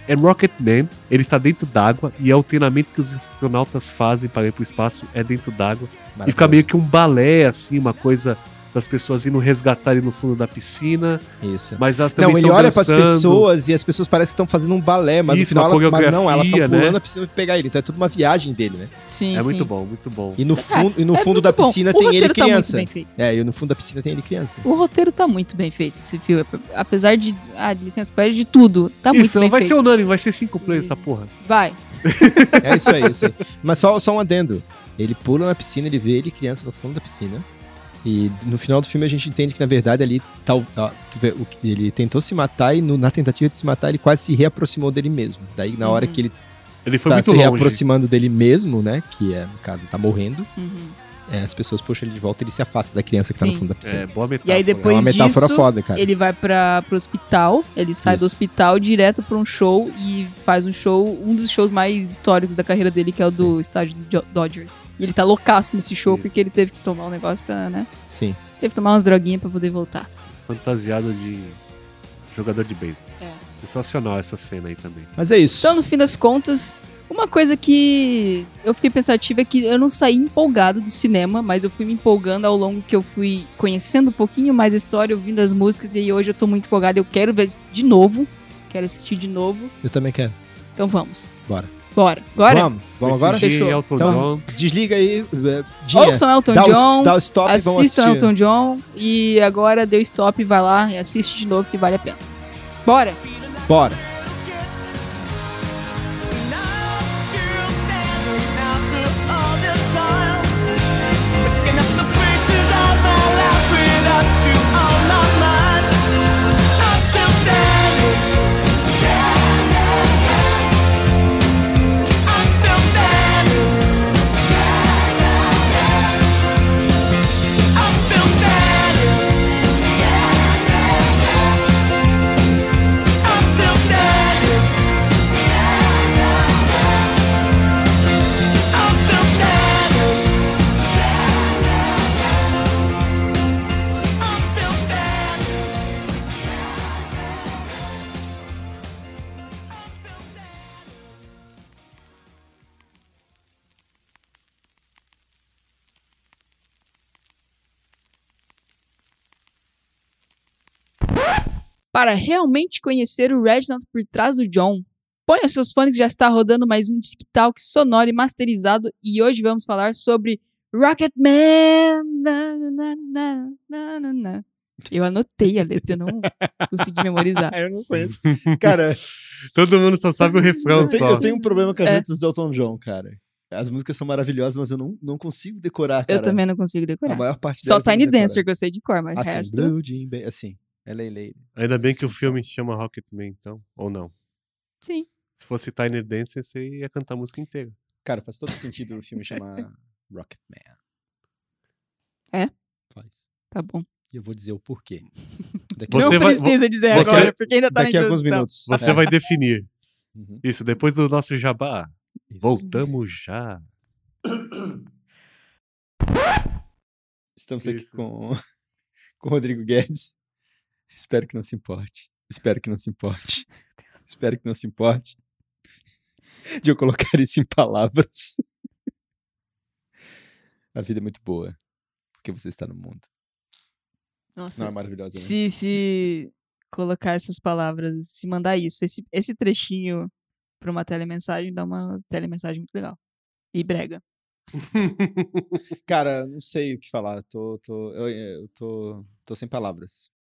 D: É Rocketman, ele está dentro d'água e é o treinamento que os astronautas fazem para ir para o espaço, é dentro d'água. E fica meio que um balé, assim, uma coisa das pessoas indo resgatar ele no fundo da piscina,
C: Isso.
D: mas elas também
C: Não, ele
D: estão
C: olha
D: dançando.
C: pras pessoas e as pessoas parecem que estão fazendo um balé, mas
D: Isso,
C: no final
D: uma
C: elas, mas não, elas estão
D: coreografia, né?
C: pulando a piscina pra pegar ele. Então é tudo uma viagem dele, né?
B: Sim,
D: É
B: sim.
D: muito bom, muito bom.
C: E no, fundo, e no
B: É
C: fundo
B: muito
C: da
B: bom.
C: piscina
B: O
C: tem ele
B: roteiro tá muito
C: criança.
B: bem feito.
C: é, e no fundo da piscina tem ele criança.
B: O roteiro tá muito bem feito, esse filme. Apesar de. Ah, de licença, pede de tudo. Tá
D: Isso,
B: muito bem
D: não vai
B: feito.
D: ser um- unânime, vai ser cinco players essa porra.
B: Vai.
C: É isso aí, isso aí. Mas só, só um adendo. Ele pula na piscina, ele vê ele criança no fundo da piscina. E no final do filme a gente entende que, na verdade, ali tal, ó, tu vê, o que- ele tentou se matar e no- na tentativa de se matar ele quase se reaproximou dele mesmo. Daí, na hora
B: Uhum.
C: que ele
D: Ele foi
C: tá
D: muito
C: se
D: longe.
C: reaproximando dele mesmo, né? Que é, no caso, tá morrendo.
B: Uhum.
C: é, as pessoas puxam ele de volta e ele se afasta da criança que tá
B: Sim.
C: no fundo da piscina.
D: É, boa metáfora.
B: E aí
C: É, uma
B: depois
C: metáfora
B: disso,
C: foda, cara.
B: Ele vai pra, pro hospital, ele sai do
C: Isso.
B: hospital direto pra um show e faz um show, um dos shows mais históricos da carreira dele, que é o do estádio do Jo- Dodgers. E ele tá loucaço nesse show
D: Isso.
B: porque ele teve que tomar um negócio pra, né?
C: Sim.
B: Teve que tomar umas droguinhas pra poder voltar.
D: um Fantasiado de jogador de beisebol.
B: É.
D: Sensacional essa cena aí também.
C: Mas é isso.
B: Então, no fim das contas, uma coisa que eu fiquei pensativa é que eu não saí empolgado do cinema, mas eu fui me empolgando ao longo que eu fui conhecendo um pouquinho mais a história, ouvindo as músicas, e aí hoje eu tô muito empolgado. Eu quero ver de novo, quero assistir de novo.
C: Eu também quero.
B: Então vamos.
C: Bora.
B: Bora. Bora.
C: Vamos, vamos agora?
D: Fechou.
B: Fechou.
D: Elton
C: Então,
D: John.
C: Desliga aí. é, Dinha,
B: Ouçam Elton
C: dá,
B: John.
C: o, dá o stop e vamos assistir.
B: assistam Elton John. E agora deu stop, vai lá e assiste de novo que vale a pena. Bora!
C: Bora.
E: Yeah. I'm still standing. I'm still standing.
B: Para realmente conhecer o Reginald por trás do John, ponha seus fones que já está rodando mais um Disc Talk sonoro e masterizado e hoje vamos falar sobre Rocketman. Na, na, na, na, na, na. Eu anotei a letra, eu não consegui memorizar.
C: eu não conheço. Cara,
D: Todo mundo só sabe o refrão
C: eu tenho,
D: só.
C: eu tenho um problema com as
B: É.
C: letras do Elton John, cara. As músicas são maravilhosas, mas eu não, não consigo decorar, cara.
B: Eu também não consigo
C: A
B: decorar.
C: maior parte
B: Só
C: delas eu não
B: Tiny
C: decoro.
B: Dancer que eu sei de cor, mas o
C: Assim,
B: resto...
C: Blue Jean, Ba- assim. LA Lady.
D: Ainda bem que o filme chama Rocketman, então. Ou não.
B: Sim.
D: Se fosse Tiny Dancer, você ia cantar a música inteira.
C: Cara, faz todo sentido o filme chamar Rocketman.
B: É?
C: Faz.
B: Tá bom.
C: E eu vou dizer o porquê. Daqui a-
D: Você
B: não
D: vai-
B: precisa dizer
D: você-
B: agora, porque ainda tá
C: daqui
B: na
C: a alguns
B: introdução.
C: minutos.
D: Você
C: É,
D: vai definir.
C: uhum,
D: Isso, depois do nosso jabá.
C: isso.
D: Voltamos já.
C: Estamos aqui
D: Isso.
C: com com o Rodrigo Guedes. Espero que não se importe. Espero que não se importe. Espero que não se importe de eu colocar isso em palavras. A vida é muito boa porque você está no mundo.
B: Nossa,
C: Não é maravilhosa? né?
B: se, se colocar essas palavras, se mandar isso, esse, esse trechinho pra uma telemensagem, dá uma telemensagem muito legal. E brega.
C: Cara, não sei o que falar. Tô, tô, eu, eu tô, tô sem palavras.